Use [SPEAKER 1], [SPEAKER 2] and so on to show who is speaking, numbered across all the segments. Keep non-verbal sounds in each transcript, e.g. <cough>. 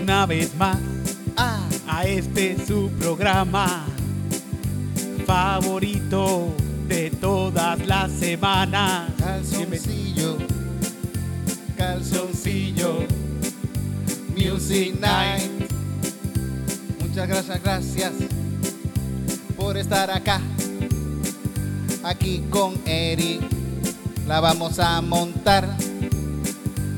[SPEAKER 1] una vez más a,
[SPEAKER 2] Ah,
[SPEAKER 1] a este su programa favorito de todas las semanas.
[SPEAKER 2] Calzoncillo,
[SPEAKER 1] Calzoncillo,
[SPEAKER 2] Music Night. Muchas gracias, gracias por estar acá. Aquí con Eri la vamos a montar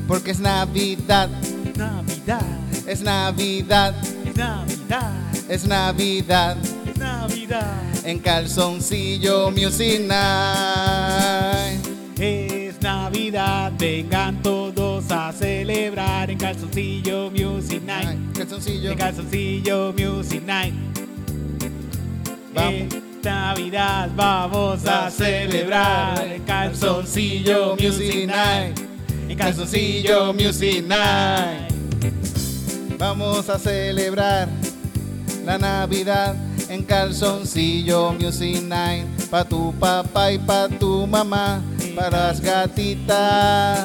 [SPEAKER 2] porque es Navidad,
[SPEAKER 1] Navidad,
[SPEAKER 2] es Navidad,
[SPEAKER 1] es Navidad,
[SPEAKER 2] es Navidad
[SPEAKER 1] es Navidad,
[SPEAKER 2] en calzoncillo Music Night.
[SPEAKER 1] es Navidad. Vengan todos a celebrar en Calzoncillo Music Night.
[SPEAKER 2] Calzoncillo,
[SPEAKER 1] En Calzoncillo Music Night.
[SPEAKER 2] Vamos.
[SPEAKER 1] En Navidad vamos a celebrar en Calzoncillo Music Night. En
[SPEAKER 2] Calzoncillo Music Night.
[SPEAKER 1] Night.
[SPEAKER 2] Vamos a celebrar la Navidad en calzoncillo Music Night. Pa' tu papá y pa' tu mamá. Para las gatitas,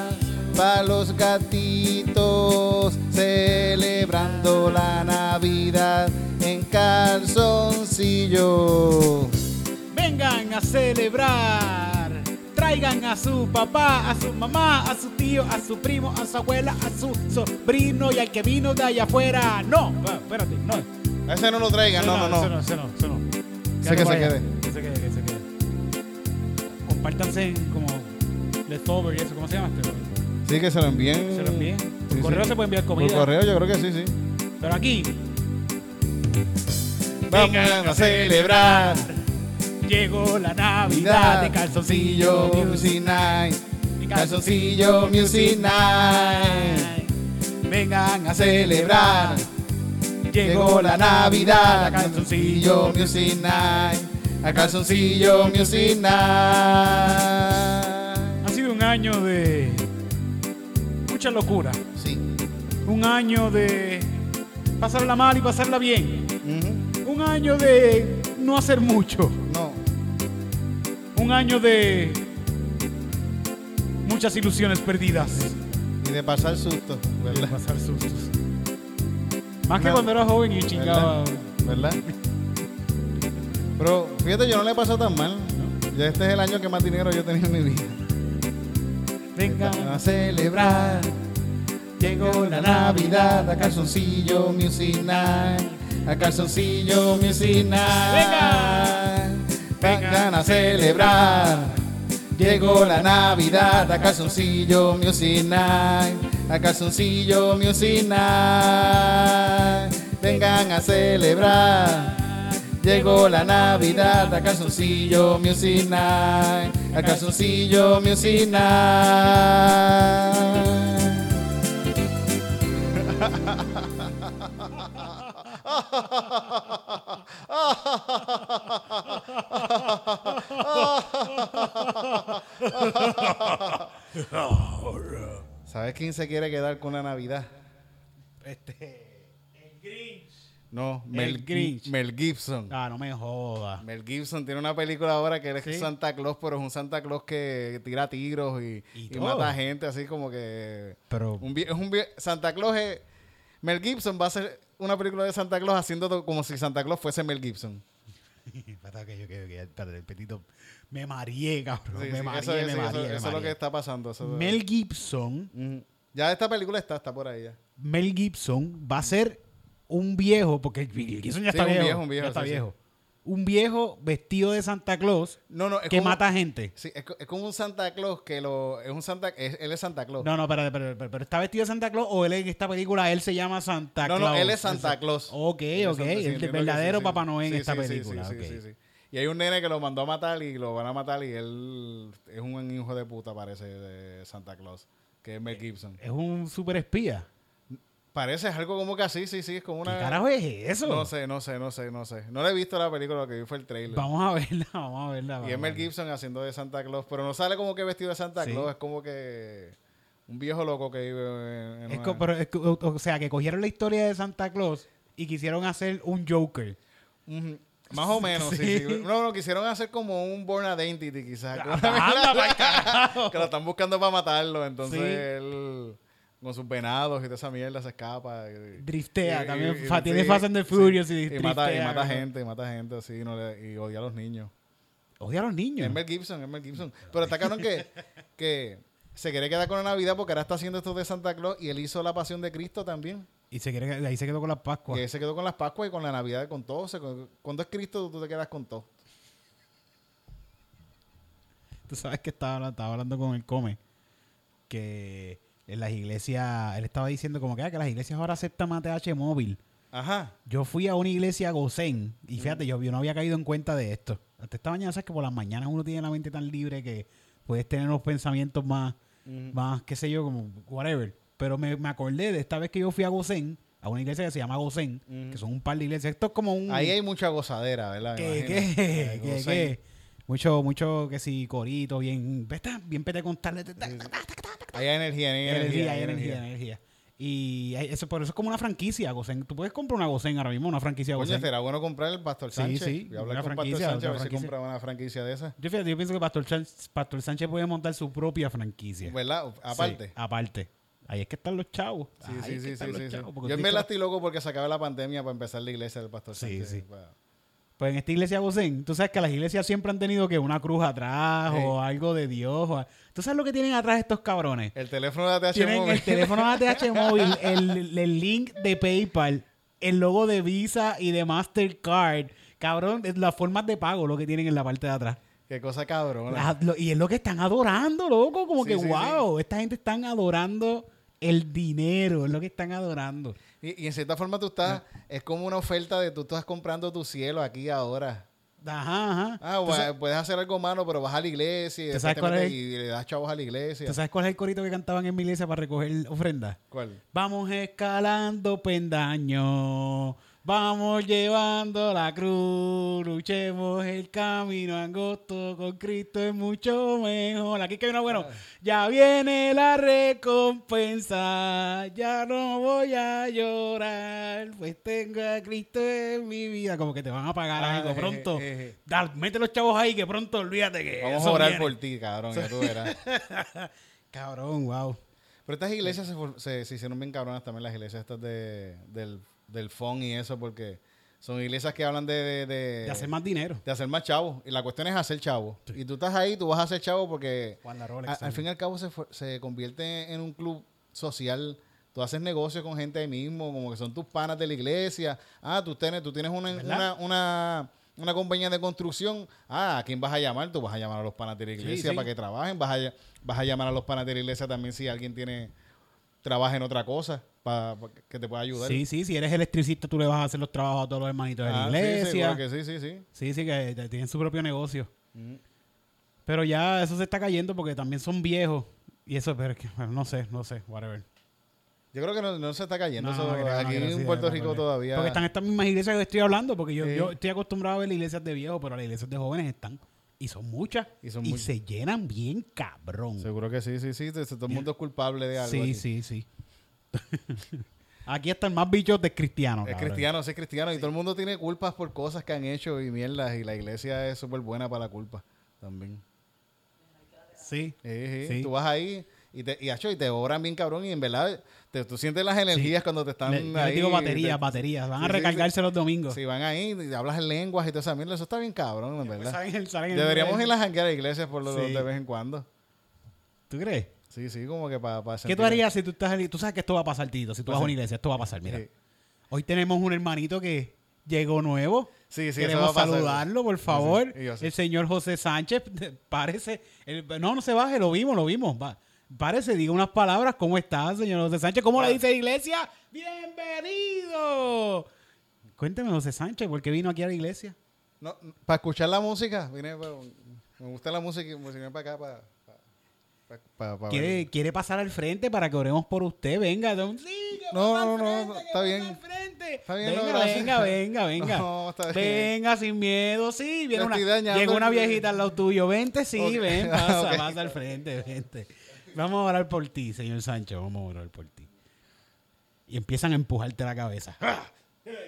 [SPEAKER 2] pa' los gatitos. Celebrando la Navidad en calzoncillo.
[SPEAKER 1] Vengan a celebrar. Traigan a su papá, a su mamá, a su tío, a su primo, a su abuela, a su sobrino y al que vino de allá afuera. No, va, espérate, no.
[SPEAKER 2] Ese no lo traigan,
[SPEAKER 1] Ese
[SPEAKER 2] no, no,
[SPEAKER 1] ese
[SPEAKER 2] no.
[SPEAKER 1] ese no, ese no.
[SPEAKER 2] Sé que se
[SPEAKER 1] vaya,
[SPEAKER 2] quede.
[SPEAKER 1] Que se quede, que se quede. Compártanse como leftover y eso, ¿cómo se llama? Este?
[SPEAKER 2] Sí, que se lo envíen.
[SPEAKER 1] Se lo envíen. Por
[SPEAKER 2] Sí,
[SPEAKER 1] correo
[SPEAKER 2] sí.
[SPEAKER 1] se puede enviar comida.
[SPEAKER 2] Por correo, yo creo que sí, sí.
[SPEAKER 1] Pero aquí,
[SPEAKER 2] Vamos a celebrar.
[SPEAKER 1] llegó la Navidad
[SPEAKER 2] Navidad
[SPEAKER 1] de calzoncillo.
[SPEAKER 2] Music Night.
[SPEAKER 1] De
[SPEAKER 2] Calzoncillo Music Night.
[SPEAKER 1] Night. Vengan
[SPEAKER 2] A celebrar. Llegó la Navidad. A calzoncillo Music Night. A calzoncillo Music Night.
[SPEAKER 1] Ha sido un año de mucha locura.
[SPEAKER 2] Sí.
[SPEAKER 1] Un año de pasarla mal y pasarla bien.
[SPEAKER 2] Ujú.
[SPEAKER 1] Un año de no hacer mucho.
[SPEAKER 2] No.
[SPEAKER 1] Un año de muchas ilusiones perdidas.
[SPEAKER 2] Y de pasar susto,
[SPEAKER 1] De
[SPEAKER 2] ¿verdad?
[SPEAKER 1] pasar sustos. Más que
[SPEAKER 2] Nada.
[SPEAKER 1] cuando era joven y chingaba.
[SPEAKER 2] ¿Verdad? Pero fíjate, yo no le he pasado tan mal. Ya este es el año que más dinero yo he tenido en mi vida. Vengan
[SPEAKER 1] Venga,
[SPEAKER 2] a celebrar. Llegó la Navidad a calzoncillo Music Night. A calzoncillo Music Night. Vengan a celebrar. Llegó la Navidad a calzoncillo Music Night. A calzoncillo Music Night. Vengan a celebrar. Llegó la Navidad a calzoncillo Music Night, a calzoncillo Music Night. ¿Sabes quién se quiere quedar con la Navidad? No, Mel,
[SPEAKER 1] El Grinch.
[SPEAKER 2] Mel Gibson.
[SPEAKER 1] Ah, no me joda.
[SPEAKER 2] Mel Gibson tiene una película ahora que él es
[SPEAKER 1] Sí.
[SPEAKER 2] Santa Claus, pero es un Santa Claus que tira tiros y,
[SPEAKER 1] Y
[SPEAKER 2] y
[SPEAKER 1] todo.
[SPEAKER 2] mata gente, así como que...
[SPEAKER 1] Pero
[SPEAKER 2] Un vie- es un vie- Santa Claus es... Mel Gibson va a hacer una película de Santa Claus haciendo to- como si Santa Claus fuese Mel Gibson.
[SPEAKER 1] <laughs> Espérate que yo que, que- espérate, el petito. Me mareé, cabrón.
[SPEAKER 2] Sí,
[SPEAKER 1] me
[SPEAKER 2] sí,
[SPEAKER 1] mareé,
[SPEAKER 2] eso,
[SPEAKER 1] me
[SPEAKER 2] es- sí, eso-
[SPEAKER 1] mareé, me
[SPEAKER 2] eso es lo que
[SPEAKER 1] mareé.
[SPEAKER 2] está pasando. eso-
[SPEAKER 1] Mel Gibson,
[SPEAKER 2] Ujú. Ya esta película está, está por ahí ya.
[SPEAKER 1] Mel Gibson va a ser un viejo, porque Mel Gibson ya
[SPEAKER 2] Sí,
[SPEAKER 1] está
[SPEAKER 2] un
[SPEAKER 1] viejo.
[SPEAKER 2] viejo, un viejo,
[SPEAKER 1] ya está
[SPEAKER 2] sí, sí.
[SPEAKER 1] viejo. Un viejo vestido de Santa Claus
[SPEAKER 2] No, no, es
[SPEAKER 1] que
[SPEAKER 2] como-
[SPEAKER 1] mata gente.
[SPEAKER 2] Sí, es, co- es como un Santa Claus que lo... Es un Santa... es- él es Santa Claus.
[SPEAKER 1] No, no, espérate, pero, pero, pero ¿está vestido de Santa Claus o él en esta película él se llama Santa
[SPEAKER 2] No,
[SPEAKER 1] Claus?
[SPEAKER 2] no, él es Santa
[SPEAKER 1] Eso-
[SPEAKER 2] Claus.
[SPEAKER 1] Ok,
[SPEAKER 2] Él es
[SPEAKER 1] ok,
[SPEAKER 2] Santa- sí,
[SPEAKER 1] el
[SPEAKER 2] entiendo que sí,
[SPEAKER 1] verdadero
[SPEAKER 2] sí.
[SPEAKER 1] Papá Noel en
[SPEAKER 2] Sí,
[SPEAKER 1] esta
[SPEAKER 2] sí, sí,
[SPEAKER 1] película.
[SPEAKER 2] sí, sí,
[SPEAKER 1] ok.
[SPEAKER 2] sí, sí. Y hay un nene que lo mandó a matar y lo van a matar y él es un hijo de puta, parece, de Santa Claus, que es Mel Gibson.
[SPEAKER 1] Es un super espía.
[SPEAKER 2] Parece algo como que así, sí, sí, es como
[SPEAKER 1] ¿Qué
[SPEAKER 2] una...
[SPEAKER 1] carajo es eso?
[SPEAKER 2] No sé, no sé, no sé, no sé. No le he visto la película, lo que vi fue el trailer.
[SPEAKER 1] Vamos a verla, <laughs> vamos a verla.
[SPEAKER 2] y es
[SPEAKER 1] vamos a
[SPEAKER 2] Mel
[SPEAKER 1] verla.
[SPEAKER 2] Gibson haciendo de Santa Claus, pero no sale como que vestido de Santa
[SPEAKER 1] Sí.
[SPEAKER 2] Claus, es como que un viejo loco que vive en, en
[SPEAKER 1] Es
[SPEAKER 2] una-
[SPEAKER 1] co- pero es co- o, o sea, que cogieron la historia de Santa Claus y quisieron hacer un
[SPEAKER 2] <laughs>
[SPEAKER 1] Joker.
[SPEAKER 2] Ujú. Más o menos, sí.
[SPEAKER 1] Sí. Ah,
[SPEAKER 2] sí. No, no, quisieron hacer como un Born Identity, quizás. <laughs>
[SPEAKER 1] Anda pa'l carajo.
[SPEAKER 2] que lo están buscando para matarlo, entonces
[SPEAKER 1] Sí.
[SPEAKER 2] él con sus venados y toda esa mierda se escapa. y-
[SPEAKER 1] Driftea
[SPEAKER 2] y-
[SPEAKER 1] también.
[SPEAKER 2] y-
[SPEAKER 1] fa-
[SPEAKER 2] y-
[SPEAKER 1] tiene
[SPEAKER 2] sí,
[SPEAKER 1] Fast and the
[SPEAKER 2] sí.
[SPEAKER 1] Furious y,
[SPEAKER 2] y, mata, y
[SPEAKER 1] driftea,
[SPEAKER 2] mata
[SPEAKER 1] ¿no?
[SPEAKER 2] gente, y mata gente así no le- y odia a los niños.
[SPEAKER 1] Odia a los niños.
[SPEAKER 2] Es Mel Gibson, es Mel Gibson. Pero está cabrón que, que se quiere quedar con la Navidad porque ahora está haciendo esto de Santa Claus y él hizo la Pasión de Cristo también.
[SPEAKER 1] Y se quiere, de ahí se quedó con las Pascuas.
[SPEAKER 2] Que él se quedó con las Pascuas y con la Navidad, con todo. Se- cuando es Cristo, tú te quedas con todo.
[SPEAKER 1] Tú sabes que estaba, habla- estaba hablando con el Come, que en las iglesias, él estaba diciendo como que, ah, que las iglesias ahora aceptan ATH móvil.
[SPEAKER 2] Ajá.
[SPEAKER 1] Yo fui a una iglesia Gosén y fíjate, yo, yo no había caído en cuenta de esto. Hasta esta mañana, sabes que por las mañanas uno tiene la mente tan libre que puedes tener unos pensamientos más, más qué sé yo, como whatever. Pero me, me acordé de esta vez que yo fui a Gosén, a una iglesia que se llama Gosén,
[SPEAKER 2] Ujú.
[SPEAKER 1] que son un par de iglesias. Esto es como un...
[SPEAKER 2] Ahí hay mucha gozadera, ¿verdad? Me
[SPEAKER 1] ¿Qué,
[SPEAKER 2] imagino.
[SPEAKER 1] qué,
[SPEAKER 2] Ay,
[SPEAKER 1] qué,
[SPEAKER 2] goza-
[SPEAKER 1] qué? Mucho, mucho que si corito, bien, ¿verdad? bien pete con tal,
[SPEAKER 2] Ahí hay energía, hay energía.
[SPEAKER 1] energía,
[SPEAKER 2] hay
[SPEAKER 1] hay energía, energía. Y hay- eso, por eso es como una franquicia, Gosen. Tú puedes comprar una Gosen ahora mismo, una franquicia
[SPEAKER 2] Coño,
[SPEAKER 1] Gosen.
[SPEAKER 2] será bueno comprar el Pastor
[SPEAKER 1] Sí,
[SPEAKER 2] Sánchez.
[SPEAKER 1] sí,
[SPEAKER 2] Voy a hablar
[SPEAKER 1] una
[SPEAKER 2] con Pastor
[SPEAKER 1] franquicia,
[SPEAKER 2] Sánchez a
[SPEAKER 1] otra
[SPEAKER 2] ver si
[SPEAKER 1] franquicia.
[SPEAKER 2] compra una franquicia de esas.
[SPEAKER 1] Yo, fíjate, yo pienso que Pastor, Sánchez- Pastor Sánchez puede montar su propia franquicia.
[SPEAKER 2] ¿Verdad? Aparte.
[SPEAKER 1] Sí, aparte. Ahí es que están los chavos. Ahí
[SPEAKER 2] Sí, sí,
[SPEAKER 1] es que
[SPEAKER 2] sí, sí,
[SPEAKER 1] están los
[SPEAKER 2] sí, sí.
[SPEAKER 1] chavos, porque tú
[SPEAKER 2] Yo en
[SPEAKER 1] tienes
[SPEAKER 2] verdad
[SPEAKER 1] que-
[SPEAKER 2] estoy loco porque se acaba la pandemia para empezar la iglesia del Pastor
[SPEAKER 1] Sí,
[SPEAKER 2] Sánchez.
[SPEAKER 1] sí.
[SPEAKER 2] Para-
[SPEAKER 1] Pues en esta iglesia Gosén, tú sabes que las iglesias siempre han tenido que una cruz atrás
[SPEAKER 2] Sí.
[SPEAKER 1] o algo de Dios. o a- ¿Tú sabes lo que tienen atrás estos cabrones?
[SPEAKER 2] El teléfono de ATH
[SPEAKER 1] Tienen este- el
[SPEAKER 2] móvil.
[SPEAKER 1] teléfono
[SPEAKER 2] <laughs>
[SPEAKER 1] ATH móvil, el, el link de PayPal, el logo de Visa y de Mastercard. Cabrón, es las formas de pago lo que tienen en la parte de atrás.
[SPEAKER 2] Qué cosa cabrona.
[SPEAKER 1] Las- lo- y es lo que están adorando, loco. Como
[SPEAKER 2] Sí,
[SPEAKER 1] que,
[SPEAKER 2] sí, sí.
[SPEAKER 1] wow, esta gente están adorando el dinero, es lo que están adorando.
[SPEAKER 2] Y, y en cierta forma tú estás, es como una oferta de tú estás comprando tu cielo aquí ahora.
[SPEAKER 1] Ajá, ajá.
[SPEAKER 2] Ah,
[SPEAKER 1] ¿Tú,
[SPEAKER 2] bueno,
[SPEAKER 1] sa-
[SPEAKER 2] puedes hacer algo malo, pero vas a la iglesia y,
[SPEAKER 1] ¿Tú
[SPEAKER 2] después
[SPEAKER 1] sabes
[SPEAKER 2] te
[SPEAKER 1] cuál
[SPEAKER 2] metes
[SPEAKER 1] es?
[SPEAKER 2] y le das chavos a la iglesia.
[SPEAKER 1] tú sabes cuál es el corito que cantaban en mi iglesia para recoger ofrendas?
[SPEAKER 2] ¿Cuál?
[SPEAKER 1] Vamos escalando pendaño, vamos llevando la cruz, luchemos el camino angosto, con Cristo es mucho mejor. Aquí que vino bueno,
[SPEAKER 2] Ah.
[SPEAKER 1] ya viene la recompensa, ya no voy a llorar, pues tengo a Cristo en mi vida. Como que te van a pagar
[SPEAKER 2] Ah,
[SPEAKER 1] algo
[SPEAKER 2] eh,
[SPEAKER 1] pronto.
[SPEAKER 2] eh, eh.
[SPEAKER 1] Dale, mete los chavos ahí que pronto olvídate que
[SPEAKER 2] Vamos
[SPEAKER 1] eso
[SPEAKER 2] a orar
[SPEAKER 1] viene.
[SPEAKER 2] por ti, cabrón, ya tú
[SPEAKER 1] <laughs>
[SPEAKER 2] verás.
[SPEAKER 1] Cabrón, wow.
[SPEAKER 2] Pero estas iglesias se, for- se- se hicieron bien cabronas también, las iglesias estas de, del, del fon y eso, porque son iglesias que hablan de... De, de-
[SPEAKER 1] De hacer más dinero.
[SPEAKER 2] de hacer más chavos. Y la cuestión es hacer chavos. Y tú estás ahí, tú vas a hacer chavos porque...
[SPEAKER 1] Wanda
[SPEAKER 2] A-
[SPEAKER 1] Rolex
[SPEAKER 2] al
[SPEAKER 1] también.
[SPEAKER 2] fin y al cabo se, fue- se convierte en un club social. Tú haces negocios con gente ahí mismo, como que son tus panas de la iglesia. Ah, tú tienes, tú tienes una, una,
[SPEAKER 1] ¿Verdad?
[SPEAKER 2] una- una compañía de construcción. Ah, ¿a quién vas a llamar? Tú vas a llamar a los panas de la iglesia
[SPEAKER 1] sí.
[SPEAKER 2] para que trabajen. Vas a, ll- vas a llamar a los panas de la iglesia también si alguien tiene trabaja en otra cosa para, que te pueda ayudar.
[SPEAKER 1] Sí, sí, si eres electricista, tú le vas a hacer los trabajos a todos los hermanitos de la
[SPEAKER 2] Ah, sí, sí,
[SPEAKER 1] iglesia.
[SPEAKER 2] porque sí, sí, sí.
[SPEAKER 1] Sí, sí, que t- tienen su propio negocio.
[SPEAKER 2] Mm.
[SPEAKER 1] Pero ya eso se está cayendo porque también son viejos. Y eso, pero es que, bueno, no sé, no sé, whatever.
[SPEAKER 2] Yo creo que no, no se está cayendo
[SPEAKER 1] No,
[SPEAKER 2] eso
[SPEAKER 1] no creo, no
[SPEAKER 2] aquí
[SPEAKER 1] creo,
[SPEAKER 2] en
[SPEAKER 1] sí,
[SPEAKER 2] Puerto
[SPEAKER 1] no
[SPEAKER 2] Rico
[SPEAKER 1] creo.
[SPEAKER 2] todavía.
[SPEAKER 1] Porque están estas mismas iglesias que estoy hablando, porque yo,
[SPEAKER 2] Sí.
[SPEAKER 1] yo estoy acostumbrado a ver iglesias de viejos, pero las iglesias de jóvenes están. Y son muchas.
[SPEAKER 2] Y
[SPEAKER 1] Y,
[SPEAKER 2] son muchas.
[SPEAKER 1] se llenan bien cabrón.
[SPEAKER 2] Seguro que sí, sí, sí. Todo el mundo es culpable de algo.
[SPEAKER 1] Sí,
[SPEAKER 2] aquí.
[SPEAKER 1] sí, sí. <laughs> Aquí están más bichos de cristianos.
[SPEAKER 2] Es
[SPEAKER 1] cabrón.
[SPEAKER 2] cristiano, sí es cristiano. Y todo el mundo tiene culpas por cosas que han hecho y mierdas. Y la iglesia es súper buena para la culpa también.
[SPEAKER 1] Sí.
[SPEAKER 2] Eh, eh,
[SPEAKER 1] Sí.
[SPEAKER 2] Tú vas ahí y te, y, acho, y te obran bien cabrón. Y en verdad, te- tú sientes las energías cuando te están
[SPEAKER 1] Le- yo les
[SPEAKER 2] ahí.
[SPEAKER 1] digo baterías,
[SPEAKER 2] te-
[SPEAKER 1] baterías. Van
[SPEAKER 2] Sí,
[SPEAKER 1] a
[SPEAKER 2] sí,
[SPEAKER 1] recargarse
[SPEAKER 2] sí.
[SPEAKER 1] los domingos.
[SPEAKER 2] Si van ahí y hablas en lenguas y toda esa mierda, eso está bien cabrón, en
[SPEAKER 1] Pues
[SPEAKER 2] verdad.
[SPEAKER 1] salen el- salen el-
[SPEAKER 2] Deberíamos ir a janguear a iglesias por lo
[SPEAKER 1] Sí.
[SPEAKER 2] de vez en cuando.
[SPEAKER 1] ¿Tú crees?
[SPEAKER 2] Sí, sí, como que para.
[SPEAKER 1] ¿Qué tú harías si tú estás en Tú sabes que esto va a pasar, Tito. Si tú vas a una iglesia, esto va a pasar. Mira,
[SPEAKER 2] Sí.
[SPEAKER 1] hoy tenemos un hermanito que llegó nuevo.
[SPEAKER 2] Sí, sí, eso va
[SPEAKER 1] Queremos
[SPEAKER 2] a pasar.
[SPEAKER 1] saludarlo, por
[SPEAKER 2] Sí, sí.
[SPEAKER 1] favor.
[SPEAKER 2] Y yo así.
[SPEAKER 1] El señor José Sánchez, <laughs> parece. no, no se baje, lo vimos, lo vimos. Va. Párese, diga unas palabras. ¿Cómo está, señor José Sánchez? ¿Cómo
[SPEAKER 2] Ah.
[SPEAKER 1] le dice la iglesia? ¡Bienvenido! Cuénteme, José Sánchez, ¿por qué vino aquí a la iglesia?
[SPEAKER 2] No, para escuchar la música, vine pa- me gusta la música y me vine para acá para... Pa, pa- pa-
[SPEAKER 1] ¿Quiere, quiere pasar al frente para que oremos por usted. Venga, don. Sí, que
[SPEAKER 2] No,
[SPEAKER 1] pasa al
[SPEAKER 2] no, no,
[SPEAKER 1] frente,
[SPEAKER 2] no,
[SPEAKER 1] que
[SPEAKER 2] está
[SPEAKER 1] pasa
[SPEAKER 2] bien.
[SPEAKER 1] al frente.
[SPEAKER 2] Está bien, no,
[SPEAKER 1] venga,
[SPEAKER 2] gracias.
[SPEAKER 1] venga,
[SPEAKER 2] <laughs>
[SPEAKER 1] venga, venga.
[SPEAKER 2] No, está bien.
[SPEAKER 1] Venga, sin miedo. Sí, viene
[SPEAKER 2] Te
[SPEAKER 1] una,
[SPEAKER 2] estoy dañando
[SPEAKER 1] llegó
[SPEAKER 2] el-
[SPEAKER 1] una viejita al lado tuyo. Vente, sí,
[SPEAKER 2] Ok. <laughs>
[SPEAKER 1] ven,
[SPEAKER 2] Ah,
[SPEAKER 1] pasa,
[SPEAKER 2] ok.
[SPEAKER 1] pasa al frente, vente. Vamos a orar por ti, señor Sancho. Vamos a orar por ti. Y empiezan a empujarte la cabeza. ¡Ah!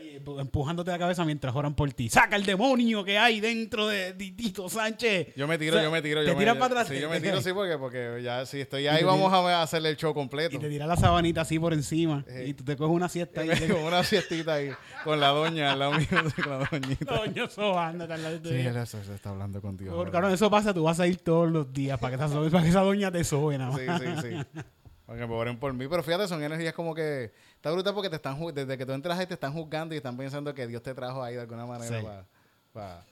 [SPEAKER 1] Y Empujándote la cabeza mientras oran por ti. ¡Saca el demonio que hay dentro de Tito Sánchez!
[SPEAKER 2] Yo me tiro,
[SPEAKER 1] O sea,
[SPEAKER 2] yo me tiro.
[SPEAKER 1] Te
[SPEAKER 2] yo me,
[SPEAKER 1] tiras
[SPEAKER 2] yo-
[SPEAKER 1] para atrás.
[SPEAKER 2] Sí, yo me tiro, sí, porque, porque ya, si estoy
[SPEAKER 1] Y
[SPEAKER 2] ahí,
[SPEAKER 1] te
[SPEAKER 2] vamos
[SPEAKER 1] tira-
[SPEAKER 2] a hacerle el show completo. <laughs>
[SPEAKER 1] Y te tiras la sabanita así por encima.
[SPEAKER 2] Eh.
[SPEAKER 1] Y tú te coges una siesta ahí.
[SPEAKER 2] Con una siestita ahí, con la doña, al lado mío, <laughs> con la doñita.
[SPEAKER 1] Coño, eso anda tan la-
[SPEAKER 2] Sí, él eso, se está hablando contigo.
[SPEAKER 1] Por-
[SPEAKER 2] ahora.
[SPEAKER 1] cabrón, eso pasa, tú vas a ir todos los días para que esa, para que esa doña te sobe nada más.
[SPEAKER 2] Sí,
[SPEAKER 1] <laughs>
[SPEAKER 2] sí, sí. Porque me oren por mí. Pero fíjate, son energías como que. Está brutal porque te están ju- desde que tú entras ahí te están juzgando y están pensando que Dios te trajo ahí de alguna manera.
[SPEAKER 1] Sí.
[SPEAKER 2] pa- pa-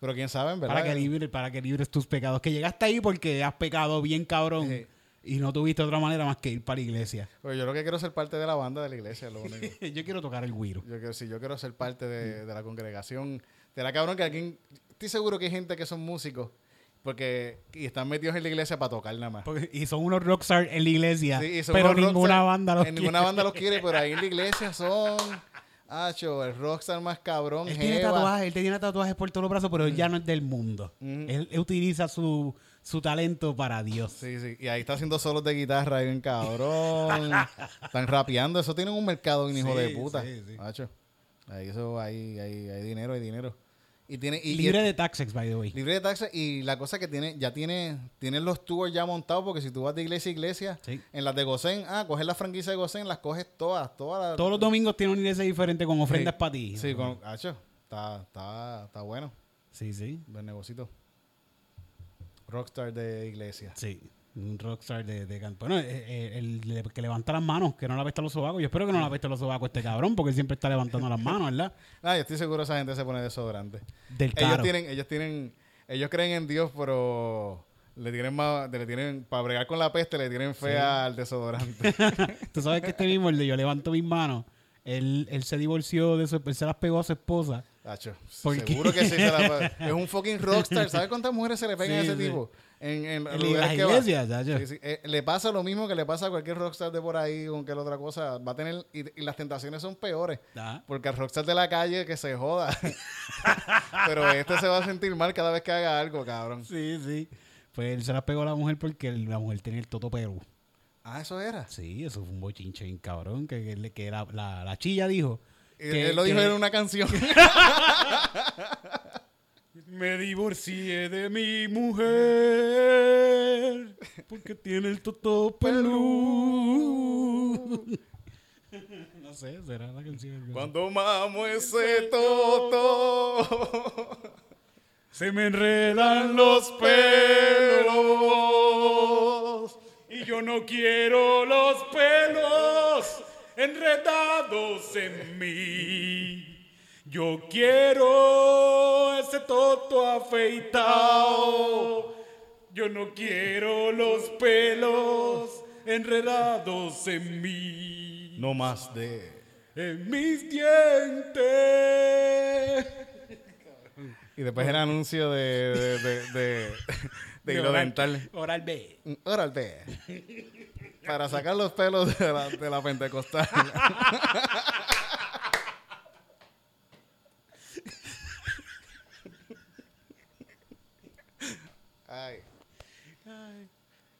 [SPEAKER 2] Pero quién sabe, en ¿verdad?
[SPEAKER 1] para que libres, para que libres tus pecados. Que llegaste ahí porque has pecado bien cabrón
[SPEAKER 2] Sí.
[SPEAKER 1] y no tuviste otra manera más que ir para la iglesia. <laughs>
[SPEAKER 2] Porque Pues yo lo que quiero es ser parte de la banda de la iglesia, lo único.
[SPEAKER 1] Yo quiero tocar el guiro.
[SPEAKER 2] Yo quiero, si yo quiero ser parte
[SPEAKER 1] Mm.
[SPEAKER 2] de, de la congregación, te la cabrón que alguien. Estoy seguro que hay gente que son músicos porque y están metidos en la iglesia para tocar nada más.
[SPEAKER 1] Porque- y son unos rockstars en la iglesia,
[SPEAKER 2] Sí, y son
[SPEAKER 1] Pues pero
[SPEAKER 2] unos
[SPEAKER 1] ninguna
[SPEAKER 2] rockstar-
[SPEAKER 1] banda los
[SPEAKER 2] en
[SPEAKER 1] quiere.
[SPEAKER 2] ninguna banda los quiere, pero ahí en la iglesia son. Acho, el rockstar más cabrón.
[SPEAKER 1] Él tiene
[SPEAKER 2] jeva.
[SPEAKER 1] tatuajes, él tenía tatuajes por todos los brazos, pero él ya no es del mundo.
[SPEAKER 2] Mm.
[SPEAKER 1] Él, él utiliza su, su talento para Dios.
[SPEAKER 2] Sí, sí. Y ahí está haciendo solos de guitarra ahí bien cabrón. Están rapeando. Eso tienen un mercado, un hijo
[SPEAKER 1] Sí,
[SPEAKER 2] de puta.
[SPEAKER 1] sí, sí.
[SPEAKER 2] macho. Ahí eso, ahí, ahí, hay dinero, hay dinero. Y tiene, y,
[SPEAKER 1] Libre
[SPEAKER 2] y-
[SPEAKER 1] de taxes, by the way.
[SPEAKER 2] libre de taxes. Y la cosa que tiene, ya tiene, tienen los tours ya montados, porque si tú vas de iglesia a iglesia,
[SPEAKER 1] Sí.
[SPEAKER 2] en las de Gosén, ah, coges la franquicia de Gosén, las coges todas, todas las.
[SPEAKER 1] Todos los domingos tiene una iglesia diferente con ofrendas
[SPEAKER 2] Sí.
[SPEAKER 1] para ti.
[SPEAKER 2] Sí, con, hacho, está, está, está bueno,
[SPEAKER 1] sí, sí.
[SPEAKER 2] buen negocito. Rockstar de iglesia.
[SPEAKER 1] Sí, un rockstar de, de canto. Bueno, eh, eh, el, le- que levanta las manos, que no la apesta los sobacos. Yo espero que no la apeste los sobacos este cabrón, porque él siempre está levantando las manos, ¿verdad?
[SPEAKER 2] Ah, yo estoy seguro esa gente se pone desodorante.
[SPEAKER 1] Del
[SPEAKER 2] ellos
[SPEAKER 1] caro.
[SPEAKER 2] tienen ellos tienen ellos creen en Dios pero le tienen más le tienen para bregar con la peste le tienen fe al desodorante
[SPEAKER 1] Tú sabes que este mismo, el de yo levanto mis manos, él, él se divorció de su... Él se las pegó a su esposa.
[SPEAKER 2] Tacho,
[SPEAKER 1] ¿Por qué?
[SPEAKER 2] seguro que sí se
[SPEAKER 1] <laughs>
[SPEAKER 2] la- es un fucking rockstar ¿sabes cuántas mujeres se le pegan
[SPEAKER 1] Sí,
[SPEAKER 2] a ese
[SPEAKER 1] sí.
[SPEAKER 2] tipo? en, en
[SPEAKER 1] En
[SPEAKER 2] lugares
[SPEAKER 1] las
[SPEAKER 2] que va.
[SPEAKER 1] iglesias, tacho.
[SPEAKER 2] Sí, sí. Eh, le pasa lo mismo que le pasa a cualquier rockstar de por ahí con que la otra cosa va a tener y, y las tentaciones son peores
[SPEAKER 1] Ah.
[SPEAKER 2] porque al rockstar de la calle que se joda <laughs> pero este se va a sentir mal cada vez que haga algo cabrón
[SPEAKER 1] Sí, sí. Pues él se las pegó a la mujer porque el- la mujer tenía el toto Perú.
[SPEAKER 2] ah eso era
[SPEAKER 1] Sí, eso fue un bochinche bien cabrón, que, que, le- que la, la, la chilla dijo...
[SPEAKER 2] Y
[SPEAKER 1] que-
[SPEAKER 2] él Eh, lo dijo
[SPEAKER 1] que-
[SPEAKER 2] en
[SPEAKER 1] <laughs>
[SPEAKER 2] una canción
[SPEAKER 1] Me divorcié de mi mujer porque tiene el totó pelú. <laughs> No sé, será la canción.
[SPEAKER 2] Cuando mamo ese
[SPEAKER 1] <laughs>
[SPEAKER 2] toto,
[SPEAKER 1] Se me enredan
[SPEAKER 2] dan los pelos.
[SPEAKER 1] y yo no quiero los pelos enredados en mí. Yo quiero ese toto afeitado. Yo no quiero los pelos enredados en mí,
[SPEAKER 2] No más de.
[SPEAKER 1] en mis dientes.
[SPEAKER 2] Y después el anuncio de, de, de, <laughs> de, de hilo dental.
[SPEAKER 1] Oral B.
[SPEAKER 2] Mm, Órale. Para sacar los pelos de la, de la pentecostal. Ay.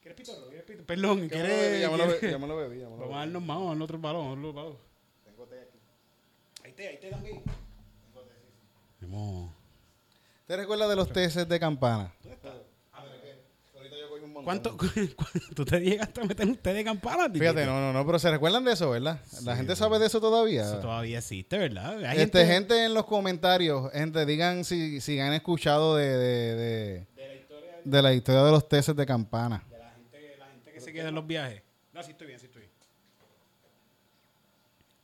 [SPEAKER 1] ¿Quieres pitorro? ¿Quieres pitorro? Perdón,
[SPEAKER 2] Ya me lo
[SPEAKER 1] ¿quieres?
[SPEAKER 2] bebí, ya me lo bebí,
[SPEAKER 1] quieres-
[SPEAKER 2] ya me lo bebí, ya me lo
[SPEAKER 1] <laughs> Vamos a
[SPEAKER 2] bebí.
[SPEAKER 1] darnos más, vamos a darnos otro balón, otro balón. Ahí te, ahí te también.
[SPEAKER 2] ¿Te recuerdas de los TCs de campana? Ahorita yo cogí un montón.
[SPEAKER 1] ¿Cuánto, <laughs> cu- cu- ¿Tú te llegaste a meter ustedes de campana? tío?
[SPEAKER 2] Fíjate, no, no, no, pero se recuerdan de eso, ¿verdad? La gente sabe de eso todavía.
[SPEAKER 1] Eso todavía existe, ¿verdad? Hay
[SPEAKER 2] Este, gente en los comentarios, gente, digan si, si han escuchado de, de, de- de la historia de los TCs de campana.
[SPEAKER 1] De la gente, la gente que se queda en los viajes. No, sí estoy bien, sí estoy bien.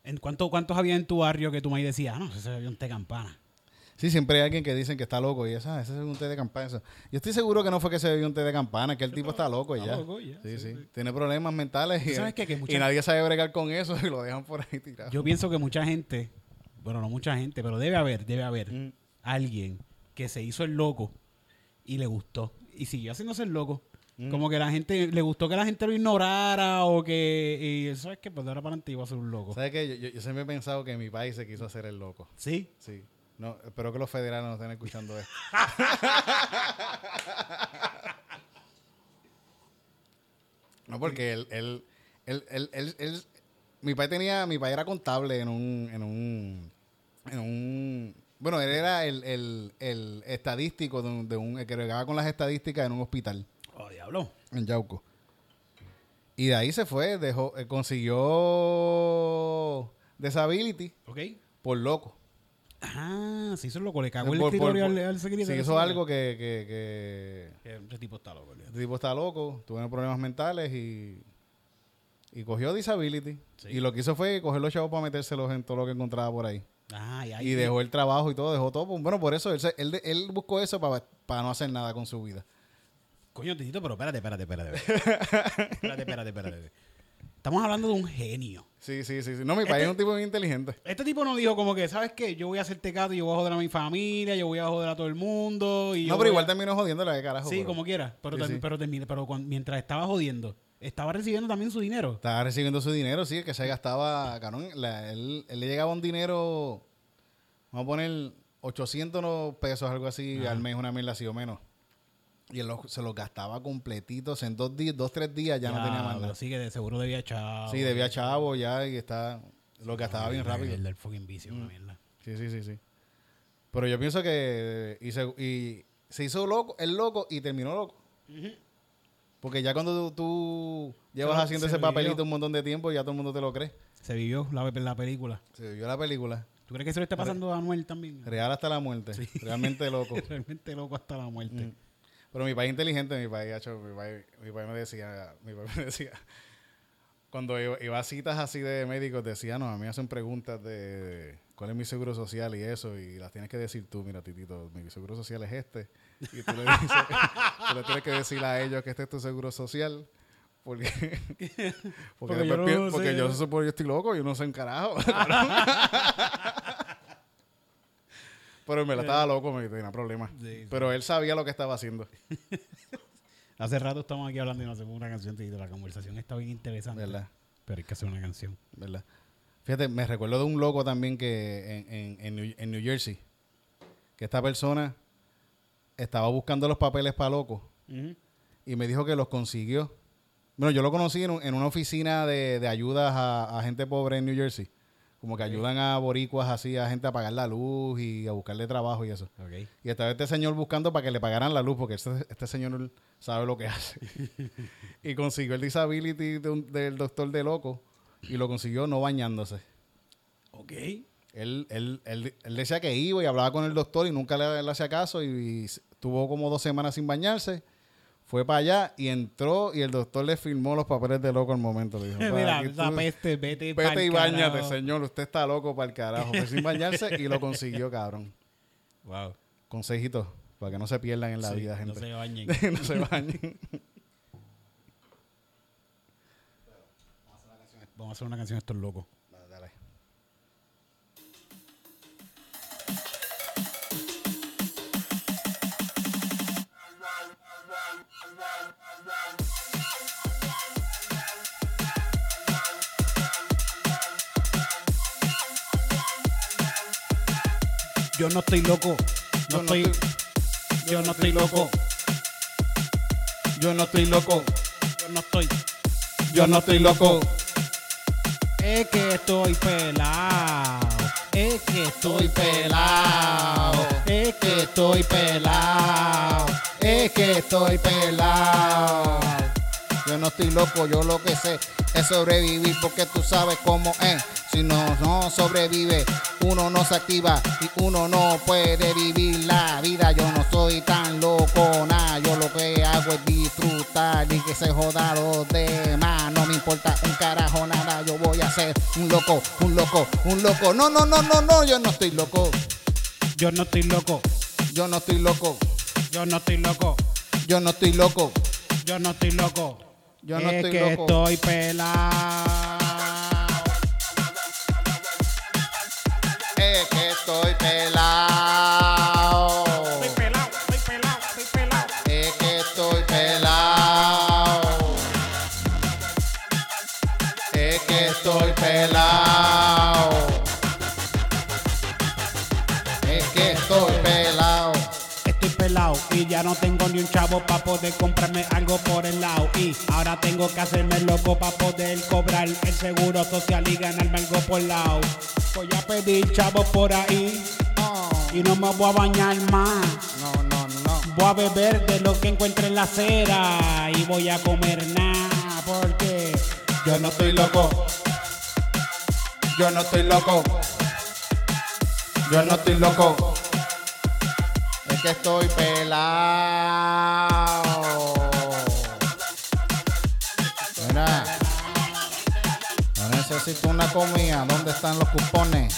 [SPEAKER 1] ¿En cuánto, ¿Cuántos había en tu barrio que tu maíz decía, ah, no, ese había un té campana?
[SPEAKER 2] Sí, siempre hay alguien que dicen que está loco y esa, ese es un té de campana. Eso. Yo estoy seguro que no fue que se bebió un té de campana, que el tipo está loco y
[SPEAKER 1] está
[SPEAKER 2] ya.
[SPEAKER 1] loco y ya,
[SPEAKER 2] Sí,
[SPEAKER 1] sí,
[SPEAKER 2] sí. Tiene problemas mentales y,
[SPEAKER 1] ¿Tú sabes qué? Que
[SPEAKER 2] y
[SPEAKER 1] mucha-
[SPEAKER 2] nadie sabe bregar con eso <laughs> y lo dejan por ahí tirado.
[SPEAKER 1] Yo pienso que mucha gente, bueno, no mucha gente, pero debe haber, debe haber
[SPEAKER 2] Mm.
[SPEAKER 1] alguien que se hizo el loco y le gustó. Y siguió haciéndose el loco.
[SPEAKER 2] Mm.
[SPEAKER 1] Como que la gente, le gustó que la gente lo ignorara o que, y, ¿sabes qué? Pues de ahora para adelante iba a ser un loco.
[SPEAKER 2] ¿Sabes qué? Yo, yo- yo siempre he pensado que mi país se quiso hacer el loco.
[SPEAKER 1] ¿Sí?
[SPEAKER 2] Sí. No, espero que los federales no estén escuchando esto. no, porque él, él, él, él, él- él- mi padre tenía, mi padre era contable en un, en un, en un... Bueno, él era el, el- el estadístico de un, de un- el que regaba con las estadísticas en un hospital
[SPEAKER 1] Oh, diablo.
[SPEAKER 2] en Yauco. Y de ahí se fue, dejó, eh, consiguió disability
[SPEAKER 1] Ok.
[SPEAKER 2] por loco.
[SPEAKER 1] Ah, se hizo loco. Le cagó el
[SPEAKER 2] Por- por-
[SPEAKER 1] escritorio
[SPEAKER 2] por-
[SPEAKER 1] al, al secretario.
[SPEAKER 2] Se hizo algo que, que- que
[SPEAKER 1] Que Ese tipo está loco. olvídate.
[SPEAKER 2] el tipo está loco, tuvo unos problemas mentales y, y cogió disability.
[SPEAKER 1] Sí.
[SPEAKER 2] Y lo que hizo fue coger los chavos para metérselos en todo lo que encontraba por ahí.
[SPEAKER 1] Ah, y, ahí-
[SPEAKER 2] Y dejó el trabajo y todo, dejó todo. Bueno, por eso él, se- él, él buscó eso para, para no hacer nada con su vida.
[SPEAKER 1] Coño, Titito, pero espérate, espérate,
[SPEAKER 2] <laughs>
[SPEAKER 1] espérate. Espérate, espérate, espérate. espérate. Estamos hablando de un genio.
[SPEAKER 2] Sí, sí, sí. sí. No, mi padre es un tipo bien inteligente.
[SPEAKER 1] Este tipo no dijo como que, ¿sabes qué? Yo voy a hacerte caso, yo voy a joder a mi familia, yo voy a joder a todo el mundo. Y yo
[SPEAKER 2] No, pero
[SPEAKER 1] voy
[SPEAKER 2] igual
[SPEAKER 1] a-
[SPEAKER 2] terminó jodiéndola de carajo.
[SPEAKER 1] Sí,
[SPEAKER 2] pero
[SPEAKER 1] como quiera. Pero,
[SPEAKER 2] Sí,
[SPEAKER 1] tam-
[SPEAKER 2] sí.
[SPEAKER 1] pero, termina- pero cuan- mientras estaba jodiendo, estaba recibiendo también su dinero.
[SPEAKER 2] Estaba recibiendo su dinero, sí, que se gastaba, cabrón. la- él, él le llegaba un dinero, vamos a poner 800 pesos, algo así, al mes, una mil así o menos. Y él lo- se los gastaba completitos. En dos, días, dos tres días ya no tenía más
[SPEAKER 1] Diablo,
[SPEAKER 2] nada.
[SPEAKER 1] Sí, que de seguro debía echar.
[SPEAKER 2] Sí, debía chavo ya y está, los gastaba bien rápido. Mm.
[SPEAKER 1] El del fucking vicio, una mierda.
[SPEAKER 2] Sí, sí, sí, sí. Pero yo pienso que y se, y se hizo loco, el loco y terminó loco. Porque ya cuando tú, tú llevas
[SPEAKER 1] Se lo-
[SPEAKER 2] haciendo
[SPEAKER 1] se
[SPEAKER 2] ese
[SPEAKER 1] lo vivió.
[SPEAKER 2] papelito un montón de tiempo, ya todo el mundo te lo cree.
[SPEAKER 1] Se vivió la, la película.
[SPEAKER 2] Se vio la película.
[SPEAKER 1] ¿Tú crees que se lo está pasando a Anuel también? <laughs>
[SPEAKER 2] Real hasta la muerte. Realmente loco.
[SPEAKER 1] Realmente loco hasta la muerte.
[SPEAKER 2] Mm. Pero mi país inteligente, mi país, hacho, mi país, mi país me decía, mi país me decía, cuando iba, iba a citas así de médicos, decía, no, a mí me hacen preguntas de cuál es mi seguro social y eso, y las tienes que decir tú, mira, Titito, mi seguro social es este, y tú le, dices, <laughs> tú le tienes que decir a ellos que este es tu seguro social.
[SPEAKER 1] <laughs>
[SPEAKER 2] Porque, porque,
[SPEAKER 1] Porque yo
[SPEAKER 2] después
[SPEAKER 1] no
[SPEAKER 2] pi-
[SPEAKER 1] sé.
[SPEAKER 2] porque yo se supone que yo estoy loco, yo no sé un carajo.
[SPEAKER 1] <laughs>
[SPEAKER 2] Pero me la estaba loco, me tenía problemas.
[SPEAKER 1] Sí, sí.
[SPEAKER 2] Pero él sabía lo que estaba haciendo.
[SPEAKER 1] Hace rato estamos aquí hablando y nos hacemos una canción, Tito. La conversación está bien interesante.
[SPEAKER 2] ¿Verdad?
[SPEAKER 1] Pero hay que hacer una canción.
[SPEAKER 2] ¿Verdad? Fíjate, me recuerdo de un loco también que en, en- en New, en New Jersey, que esta persona estaba buscando los papeles para loco y me dijo que los consiguió. Bueno, yo lo conocí en, un- en una oficina de, de ayudas a, a gente pobre en New Jersey. Como que ayudan a boricuas así, a gente a pagar la luz y a buscarle trabajo y eso.
[SPEAKER 1] Ok.
[SPEAKER 2] Y estaba este señor buscando para que le pagaran la luz, porque este, este señor sabe lo que <laughs> hace. y consiguió el disability de un- del doctor de loco y lo consiguió no bañándose.
[SPEAKER 1] Ok.
[SPEAKER 2] Él, él, él, él decía que iba y hablaba con el doctor y nunca le, le hacía caso y, s- tuvo como dos semanas sin bañarse. Fue para allá y entró y el doctor le firmó los papeles de loco al momento. Le dijo, "Para
[SPEAKER 1] Mira,
[SPEAKER 2] aquí
[SPEAKER 1] esa
[SPEAKER 2] tú-
[SPEAKER 1] peste, vete,
[SPEAKER 2] vete
[SPEAKER 1] pa'l
[SPEAKER 2] y bañate,
[SPEAKER 1] carajo.
[SPEAKER 2] señor. Usted está loco para el carajo. Fue sin bañarse y lo consiguió, cabrón.
[SPEAKER 1] Wow.
[SPEAKER 2] Consejitos para que no se pierdan en la
[SPEAKER 1] Sí,
[SPEAKER 2] vida, gente.
[SPEAKER 1] No se bañen.
[SPEAKER 2] <laughs> no se bañen.
[SPEAKER 1] Vamos a hacer una canción a estos locos. Yo no estoy loco. No
[SPEAKER 2] Yo no
[SPEAKER 1] estoy, yo no estoy loco.
[SPEAKER 2] Yo no estoy loco.
[SPEAKER 1] Yo no estoy.
[SPEAKER 2] Yo no estoy loco.
[SPEAKER 1] Es que estoy pelado. Es que estoy pelado. Es que estoy pelado.
[SPEAKER 2] Es que estoy pelado. Yo no estoy loco, yo lo que sé es sobrevivir porque tú sabes cómo es. Si no, no sobrevive, uno no se activa y uno no puede vivir la vida. Yo no soy tan loco, nada. Yo lo que hago es disfrutar y que se joda a los demás. No me importa un carajo, nada. Yo voy a ser un loco, un loco, un loco. No, no, no, no, no, yo no estoy loco.
[SPEAKER 1] Yo no estoy loco.
[SPEAKER 2] Yo no estoy loco.
[SPEAKER 1] Yo no estoy loco.
[SPEAKER 2] Yo no estoy loco.
[SPEAKER 1] Yo no estoy loco.
[SPEAKER 2] Yo no
[SPEAKER 1] es
[SPEAKER 2] estoy
[SPEAKER 1] que
[SPEAKER 2] loco.
[SPEAKER 1] estoy pelado.
[SPEAKER 2] Es que estoy pelado.
[SPEAKER 1] Estoy pelado, estoy pelado, estoy pelado.
[SPEAKER 2] Es que estoy pelado. Es que estoy pelado. Es que estoy pelado.
[SPEAKER 1] Estoy pelado y ya Ya no tengo ni un chavo pa' poder comprarme algo por el lado. Y ahora tengo que hacerme loco pa' poder cobrar el seguro social y ganarme algo por lado. Voy a pedir chavos por ahí
[SPEAKER 2] Oh,
[SPEAKER 1] y no me voy a bañar más.
[SPEAKER 2] no, no, no.
[SPEAKER 1] Voy a beber de lo que encuentre en la acera y voy a comer nada porque
[SPEAKER 2] Yo no estoy loco. Yo no estoy loco. Yo no estoy loco. Es que estoy pelado. Mira. Yo necesito una comida. ¿Dónde están los cupones?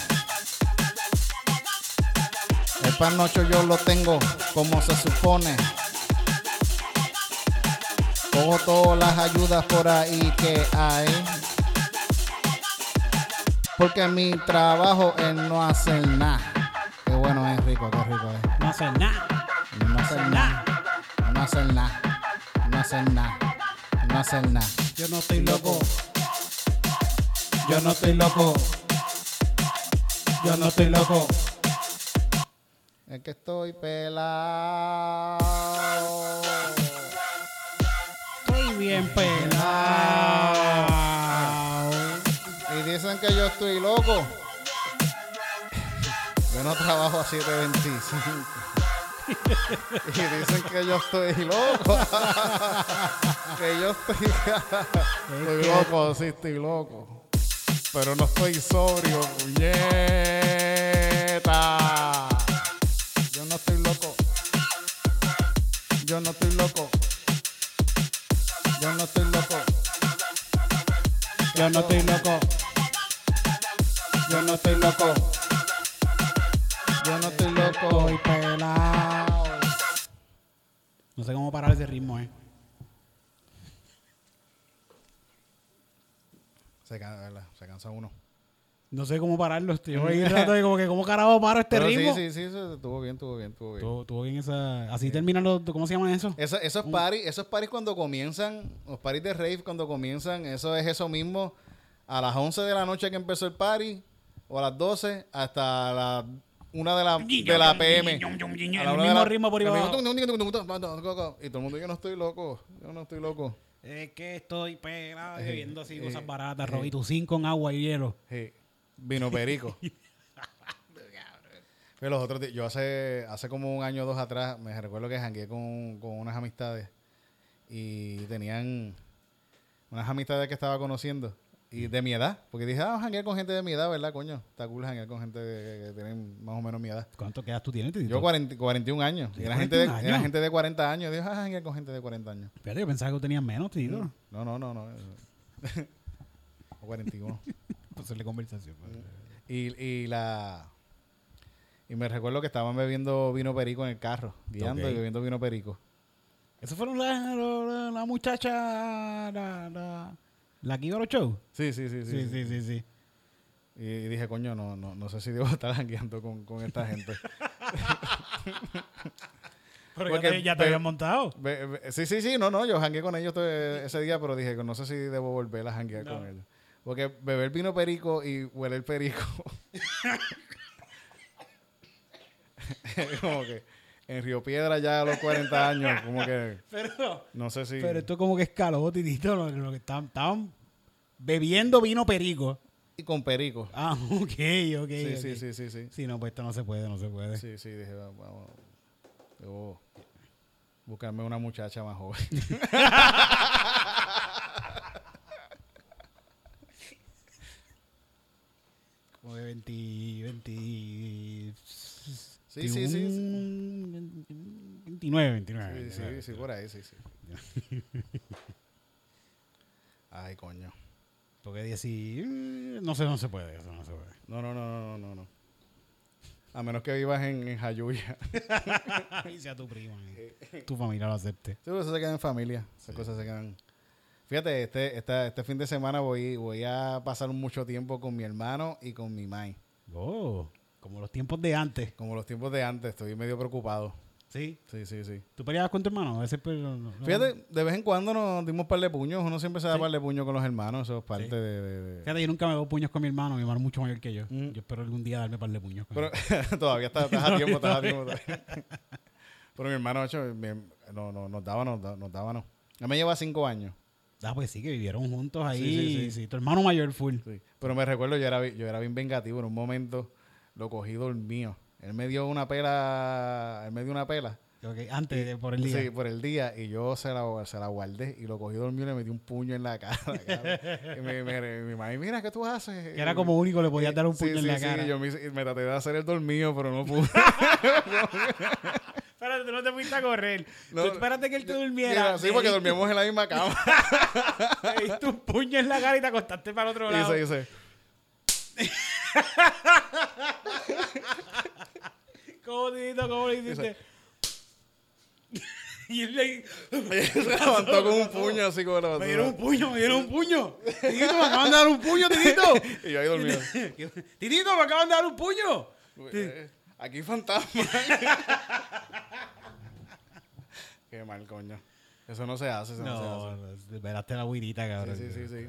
[SPEAKER 2] El panocho yo lo tengo como se supone. Cojo todas las ayudas por ahí que hay. Porque mi trabajo es no hacer nada. Qué bueno es, rico, qué rico es.
[SPEAKER 1] no hacer nada.
[SPEAKER 2] No hacer nada. No hacer nada. No hacer nada. No hacer nada.
[SPEAKER 1] Yo no estoy loco.
[SPEAKER 2] Yo no estoy loco. Yo no estoy loco. Es que estoy pelado.
[SPEAKER 1] Estoy bien pelado.
[SPEAKER 2] Y dicen que yo estoy loco. Yo no trabajo a 725. y dicen que yo estoy loco. que yo estoy, estoy loco, sí estoy loco. Pero no estoy sobrio, puñeta. Yo no estoy loco. Yo no estoy loco. Yo no estoy loco.
[SPEAKER 1] Yo no estoy loco.
[SPEAKER 2] Yo no estoy loco. Yo no estoy loco.
[SPEAKER 1] Estoy pelado. No sé cómo parar ese ritmo, eh.
[SPEAKER 2] Se, can- ¿verdad? se cansa uno.
[SPEAKER 1] No sé cómo pararlo. Estoy
[SPEAKER 2] <laughs>
[SPEAKER 1] ahí tratando de como que cómo carajo paro este
[SPEAKER 2] Pero
[SPEAKER 1] ritmo.
[SPEAKER 2] Sí, sí, sí, sí, estuvo bien, estuvo bien, estuvo bien.
[SPEAKER 1] Tuvo, tuvo bien esa. Así terminan los. ¿Cómo se llama eso?
[SPEAKER 2] Eso- esos paris, esos paris cuando comienzan, los paris de rave cuando comienzan, eso es eso mismo. A las 11 de la noche que empezó el party, o a las 12, hasta las 1 de la, de la PM. A la
[SPEAKER 1] El
[SPEAKER 2] una de
[SPEAKER 1] mismo
[SPEAKER 2] la-
[SPEAKER 1] ritmo por ahí
[SPEAKER 2] el
[SPEAKER 1] abajo.
[SPEAKER 2] mismo- Y todo el mundo, yo no estoy loco, yo no estoy loco.
[SPEAKER 1] Es que estoy pelado
[SPEAKER 2] Eh,
[SPEAKER 1] bebiendo así
[SPEAKER 2] eh,
[SPEAKER 1] cosas baratas,
[SPEAKER 2] eh.
[SPEAKER 1] Robito. Sin con agua y hielo.
[SPEAKER 2] Sí,
[SPEAKER 1] <laughs>
[SPEAKER 2] vino perico. Pero los otros días, yo hace, hace como un año o dos atrás, me recuerdo que jangué con, con unas amistades y tenían unas amistades que estaba conociendo y de mi edad, porque dije, ah, janguear con gente de mi edad, ¿verdad, coño? Está cool janguear con gente que, que tienen más o menos mi edad.
[SPEAKER 1] ¿Cuánto quedas tú tienes, Titito?
[SPEAKER 2] Yo 40, 41 años,
[SPEAKER 1] Sí,
[SPEAKER 2] era, gente de,
[SPEAKER 1] 41
[SPEAKER 2] era
[SPEAKER 1] años.
[SPEAKER 2] gente de 40 años, dije, ah, janguear con gente de 40 años.
[SPEAKER 1] Espérate, yo pensaba que tú tenías menos, Titito.
[SPEAKER 2] No, no, no, <laughs> no. O 41.
[SPEAKER 1] Para hacerle conversación.
[SPEAKER 2] pues. Y, y la. Y me recuerdo que estaban bebiendo vino perico en el carro, guiando
[SPEAKER 1] Ok.
[SPEAKER 2] y bebiendo vino perico.
[SPEAKER 1] Eso fueron la, la- la- la muchacha, la, la, la que iba a los shows.
[SPEAKER 2] Sí, sí, sí, sí.
[SPEAKER 1] Sí,
[SPEAKER 2] sí.
[SPEAKER 1] sí, sí, sí.
[SPEAKER 2] Y, y dije, coño, no, no, no sé si <laughs> debo estar jangueando con, con esta gente.
[SPEAKER 1] Pero
[SPEAKER 2] Porque-
[SPEAKER 1] ya te, ya te
[SPEAKER 2] pero-
[SPEAKER 1] habían montado.
[SPEAKER 2] Ve- ve- sí, sí, sí, no, no, yo jangueé con ellos todo ese día, pero dije, no sé si debo volver a janguear
[SPEAKER 1] No.
[SPEAKER 2] con ellos. Porque beber vino perico y huele el perico. <laughs> como que en Río Piedra ya a los 40 años, como que
[SPEAKER 1] Pero,
[SPEAKER 2] no sé si...
[SPEAKER 1] pero esto como que escaló, Titito. Lo, lo que estaban, estaban bebiendo vino perico.
[SPEAKER 2] Y con perico.
[SPEAKER 1] Ah, <laughs> ok, ok.
[SPEAKER 2] Sí, sí,
[SPEAKER 1] ok.
[SPEAKER 2] sí, sí, sí.
[SPEAKER 1] Sí, no, pues esto no se puede, no se puede.
[SPEAKER 2] Sí, sí, dije, "Va- vamos. Debo buscarme una muchacha más joven.
[SPEAKER 1] Como de 20, 20...
[SPEAKER 2] Sí, sí, sí, sí.
[SPEAKER 1] 29, 29.
[SPEAKER 2] <laughs> Sí,
[SPEAKER 1] 29.
[SPEAKER 2] sí, sí, por ahí, sí, sí. Ay, coño.
[SPEAKER 1] Porque 10 y- No sé, no se puede, eso no se
[SPEAKER 2] <laughs>
[SPEAKER 1] puede.
[SPEAKER 2] No, no, no, no, no, no, no. A menos que vivas en, en Jayuya. <laughs>
[SPEAKER 1] Y sea tu prima. eh. Tu familia lo acepte.
[SPEAKER 2] Sí, pues, eso se queda en familia. Esas cosas se quedan. Fíjate, este, esta- este fin de semana voy, voy a pasar mucho tiempo con mi hermano y con mi mai.
[SPEAKER 1] Oh, como los tiempos de antes.
[SPEAKER 2] Como los tiempos de antes, estoy medio preocupado.
[SPEAKER 1] Sí.
[SPEAKER 2] Sí, sí, sí.
[SPEAKER 1] ¿Tú peleabas con tu hermano? A veces, pero no- no-
[SPEAKER 2] Fíjate, de vez en cuando nos dimos par de puños. Uno siempre se da
[SPEAKER 1] Sí.
[SPEAKER 2] par de puños con los hermanos. Eso es parte
[SPEAKER 1] Sí.
[SPEAKER 2] de, de- de-
[SPEAKER 1] Fíjate, yo nunca me doy puños con mi hermano. Mi hermano es mucho mayor que yo.
[SPEAKER 2] Mm.
[SPEAKER 1] Yo espero algún día darme par de puños con
[SPEAKER 2] Pero <laughs>
[SPEAKER 1] él. <laughs>
[SPEAKER 2] todavía estás estás a tiempo, estás a tiempo. Pero mi hermano, hecho, mi- no, no, nos daba, nos, da- nos daba, no. Él me lleva cinco años.
[SPEAKER 1] Ah, pues sí, que vivieron juntos ahí.
[SPEAKER 2] Sí, sí,
[SPEAKER 1] Sí,
[SPEAKER 2] sí.
[SPEAKER 1] tu hermano mayor full.
[SPEAKER 2] Sí. Pero me recuerdo, yo era, bi- yo era bien vengativo. En un momento lo cogí dormido. Él me dio una pela, él me dio una pela.
[SPEAKER 1] Ok, antes, de- por el día.
[SPEAKER 2] Sí, por el día. Y yo se la, se la guardé y lo cogí dormido y le metí un puño en la <laughs> cara. cabrón. y me, me- mi mamá, mira, ¿qué tú haces?
[SPEAKER 1] que era como único, le podías dar un
[SPEAKER 2] Sí,
[SPEAKER 1] puño en
[SPEAKER 2] sí,
[SPEAKER 1] la
[SPEAKER 2] sí,
[SPEAKER 1] cara.
[SPEAKER 2] yo me, hice- me traté de hacer el dormido, pero no pude.
[SPEAKER 1] Espérate, tú no te fuiste a correr.
[SPEAKER 2] No,
[SPEAKER 1] tú espérate que él te
[SPEAKER 2] Mira,
[SPEAKER 1] <laughs> durmiera.
[SPEAKER 2] sí,
[SPEAKER 1] le
[SPEAKER 2] porque
[SPEAKER 1] diste-
[SPEAKER 2] dormíamos en la
[SPEAKER 1] <laughs>
[SPEAKER 2] misma cama.
[SPEAKER 1] Le diste un puño en la cara y te acostaste para el otro
[SPEAKER 2] y
[SPEAKER 1] lado.
[SPEAKER 2] se <laughs> dice,
[SPEAKER 1] ¿Cómo, Tito? ¿Cómo lo hiciste? <laughs> y él le...
[SPEAKER 2] se levantó con un puño así como la
[SPEAKER 1] Me dieron un puño, me dieron un puño. Titito, me acaban de dar un puño, <laughs> Titito.
[SPEAKER 2] <laughs> Y yo ahí dormido.
[SPEAKER 1] Titito, me acaban de dar un puño.
[SPEAKER 2] Eh, Aquí
[SPEAKER 1] <laughs>
[SPEAKER 2] hay fantasma. Qué mal, coño. Eso no se hace, eso no, se hace.
[SPEAKER 1] No, veraste la huirita, cabrón.
[SPEAKER 2] Sí, sí, sí, sí.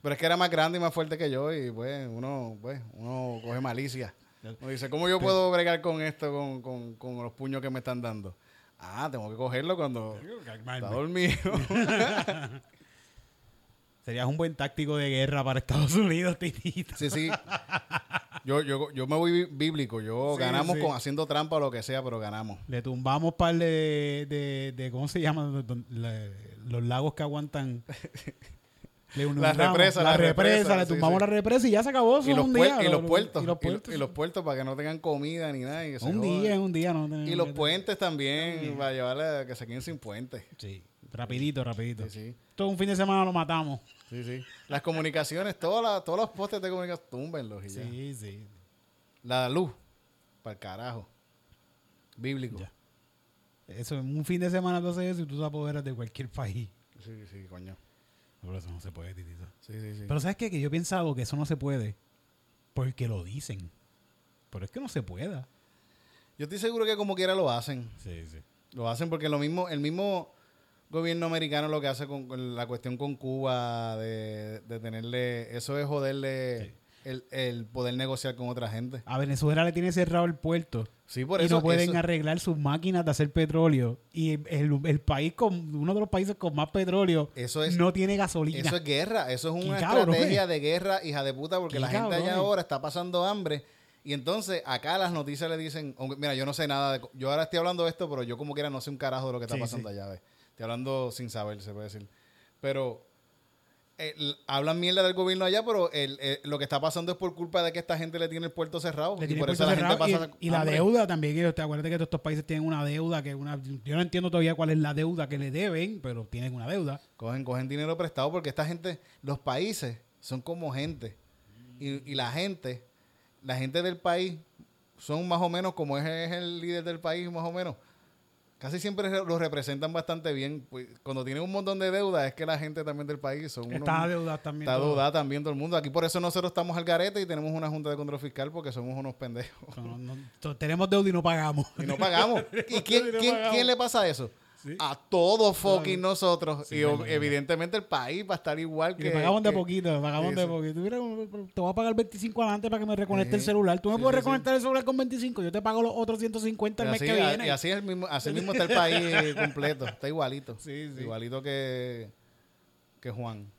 [SPEAKER 2] Pero es que era más grande y más fuerte que yo y pues uno, pues, uno coge malicia. Uno dice, ¿cómo yo puedo bregar con esto, con, con- con los puños que me están dando? Ah, tengo que cogerlo cuando está
[SPEAKER 1] Calmarme.
[SPEAKER 2] dormido.
[SPEAKER 1] Serías un buen táctico de guerra para Estados Unidos, Titito.
[SPEAKER 2] Sí, sí. Yo, yo, yo me voy bí- bíblico. Yo
[SPEAKER 1] Sí,
[SPEAKER 2] ganamos
[SPEAKER 1] sí.
[SPEAKER 2] con haciendo trampa o lo que sea, pero ganamos.
[SPEAKER 1] Le tumbamos par de, de, de- ¿cómo se llaman? Los lagos que aguantan. Le inundamos.
[SPEAKER 2] represa,
[SPEAKER 1] la
[SPEAKER 2] la
[SPEAKER 1] represa,
[SPEAKER 2] represa,
[SPEAKER 1] le
[SPEAKER 2] sí,
[SPEAKER 1] tumbamos
[SPEAKER 2] sí.
[SPEAKER 1] la represa y ya se acabó. eso
[SPEAKER 2] Y
[SPEAKER 1] es
[SPEAKER 2] los,
[SPEAKER 1] un
[SPEAKER 2] puer-
[SPEAKER 1] día,
[SPEAKER 2] y
[SPEAKER 1] lo-
[SPEAKER 2] los
[SPEAKER 1] lo-
[SPEAKER 2] puertos.
[SPEAKER 1] Y los
[SPEAKER 2] Y, los
[SPEAKER 1] puertos.
[SPEAKER 2] puertos para que no tengan comida ni nada. y que se
[SPEAKER 1] Un
[SPEAKER 2] jodan.
[SPEAKER 1] día, un día. No tenemos
[SPEAKER 2] Y los
[SPEAKER 1] que-
[SPEAKER 2] puentes también, para llevarle a que se queden sin puentes.
[SPEAKER 1] Sí, rapidito, rapidito.
[SPEAKER 2] Sí, sí.
[SPEAKER 1] Todo un fin de semana lo matamos.
[SPEAKER 2] Sí, sí. Las comunicaciones, todas las- todos los postes de comunicación, túmbenlos y ya.
[SPEAKER 1] Sí, sí.
[SPEAKER 2] La luz, para el carajo. Bíblico.
[SPEAKER 1] Ya. Eso, en un fin de semana tú haces eso y tú te apoderas de cualquier país.
[SPEAKER 2] Sí, sí, coño.
[SPEAKER 1] No, Pero eso no se puede, titito.
[SPEAKER 2] Sí, sí, sí.
[SPEAKER 1] Pero ¿sabes qué? Que yo he pensado que eso no se puede porque lo dicen. Pero es que no se pueda.
[SPEAKER 2] Yo estoy seguro que como quiera lo hacen.
[SPEAKER 1] Sí, sí.
[SPEAKER 2] Lo hacen porque lo mismo, el mismo gobierno americano lo que hace con, con la cuestión con Cuba de, de tenerle, eso es joderle el, el poder negociar con otra gente.
[SPEAKER 1] A Venezuela le tiene cerrado el puerto.
[SPEAKER 2] Sí, por
[SPEAKER 1] y
[SPEAKER 2] eso.
[SPEAKER 1] no pueden
[SPEAKER 2] eso-
[SPEAKER 1] arreglar sus máquinas de hacer petróleo. Y el, el país con uno de los países con más petróleo
[SPEAKER 2] Eso es-
[SPEAKER 1] no tiene gasolina.
[SPEAKER 2] eso es guerra, eso es
[SPEAKER 1] Qué
[SPEAKER 2] una
[SPEAKER 1] cabrón,
[SPEAKER 2] estrategia de guerra, hija de puta, porque
[SPEAKER 1] Qué
[SPEAKER 2] la gente allá
[SPEAKER 1] cabrón.
[SPEAKER 2] ahora está pasando hambre. Y entonces acá las noticias le dicen, aunque, mira, yo no sé nada, de co- yo ahora estoy hablando de esto, pero yo como quiera no sé un carajo de lo que está
[SPEAKER 1] Sí,
[SPEAKER 2] pasando allá, ¿ves? Estoy hablando sin saber, se puede decir. Pero eh, l- hablan mierda del gobierno allá, pero el- eh, lo que está pasando es por culpa de que esta gente le tiene el puerto cerrado.
[SPEAKER 1] Le
[SPEAKER 2] y
[SPEAKER 1] tienen
[SPEAKER 2] por
[SPEAKER 1] puerto
[SPEAKER 2] eso la gente
[SPEAKER 1] cerrado y-
[SPEAKER 2] pasa
[SPEAKER 1] y, la
[SPEAKER 2] hambre.
[SPEAKER 1] deuda también. ellos- te acuérdate que todos estos países tienen una deuda que una, yo no entiendo todavía cuál es la deuda que le deben, pero tienen una deuda.
[SPEAKER 2] Cogen, cogen dinero prestado porque esta gente, los países son como gente. Y, y la gente, la gente del país son más o menos como es, es el líder del país, más o menos. Casi siempre re- lo representan bastante bien. Pues, cuando tienen un montón de deuda, es que la gente también del país son unos-
[SPEAKER 1] Está deuda también.
[SPEAKER 2] está
[SPEAKER 1] todo.
[SPEAKER 2] deudada también todo el mundo. Aquí por eso nosotros estamos al garete y tenemos una junta de control fiscal porque somos unos pendejos.
[SPEAKER 1] No, no, no, tenemos deuda y no
[SPEAKER 2] <laughs>
[SPEAKER 1] pagamos. <laughs>
[SPEAKER 2] Y no pagamos. ¿Y quién,
[SPEAKER 1] Y no
[SPEAKER 2] quién-
[SPEAKER 1] pagamos.
[SPEAKER 2] quién le pasa eso?
[SPEAKER 1] Sí.
[SPEAKER 2] A todos fucking nosotros.
[SPEAKER 1] Sí,
[SPEAKER 2] y
[SPEAKER 1] verdad,
[SPEAKER 2] ob-
[SPEAKER 1] verdad.
[SPEAKER 2] evidentemente el país va a estar igual
[SPEAKER 1] Y
[SPEAKER 2] que.
[SPEAKER 1] le pagamos de
[SPEAKER 2] que-
[SPEAKER 1] poquito, le pagamos
[SPEAKER 2] Sí,
[SPEAKER 1] de
[SPEAKER 2] sí.
[SPEAKER 1] poquito. Mira, te voy a pagar 25 adelante para que me reconecte el
[SPEAKER 2] Sí.
[SPEAKER 1] celular. Tú me
[SPEAKER 2] Sí,
[SPEAKER 1] puedes
[SPEAKER 2] sí,
[SPEAKER 1] reconectar el celular con 25, yo te pago los otros 150
[SPEAKER 2] Y
[SPEAKER 1] el mes
[SPEAKER 2] así,
[SPEAKER 1] que
[SPEAKER 2] a-
[SPEAKER 1] viene.
[SPEAKER 2] y así es el mismo, así mismo está el
[SPEAKER 1] <laughs>
[SPEAKER 2] país completo. Está igualito.
[SPEAKER 1] Sí, sí.
[SPEAKER 2] Igualito que, que Juan.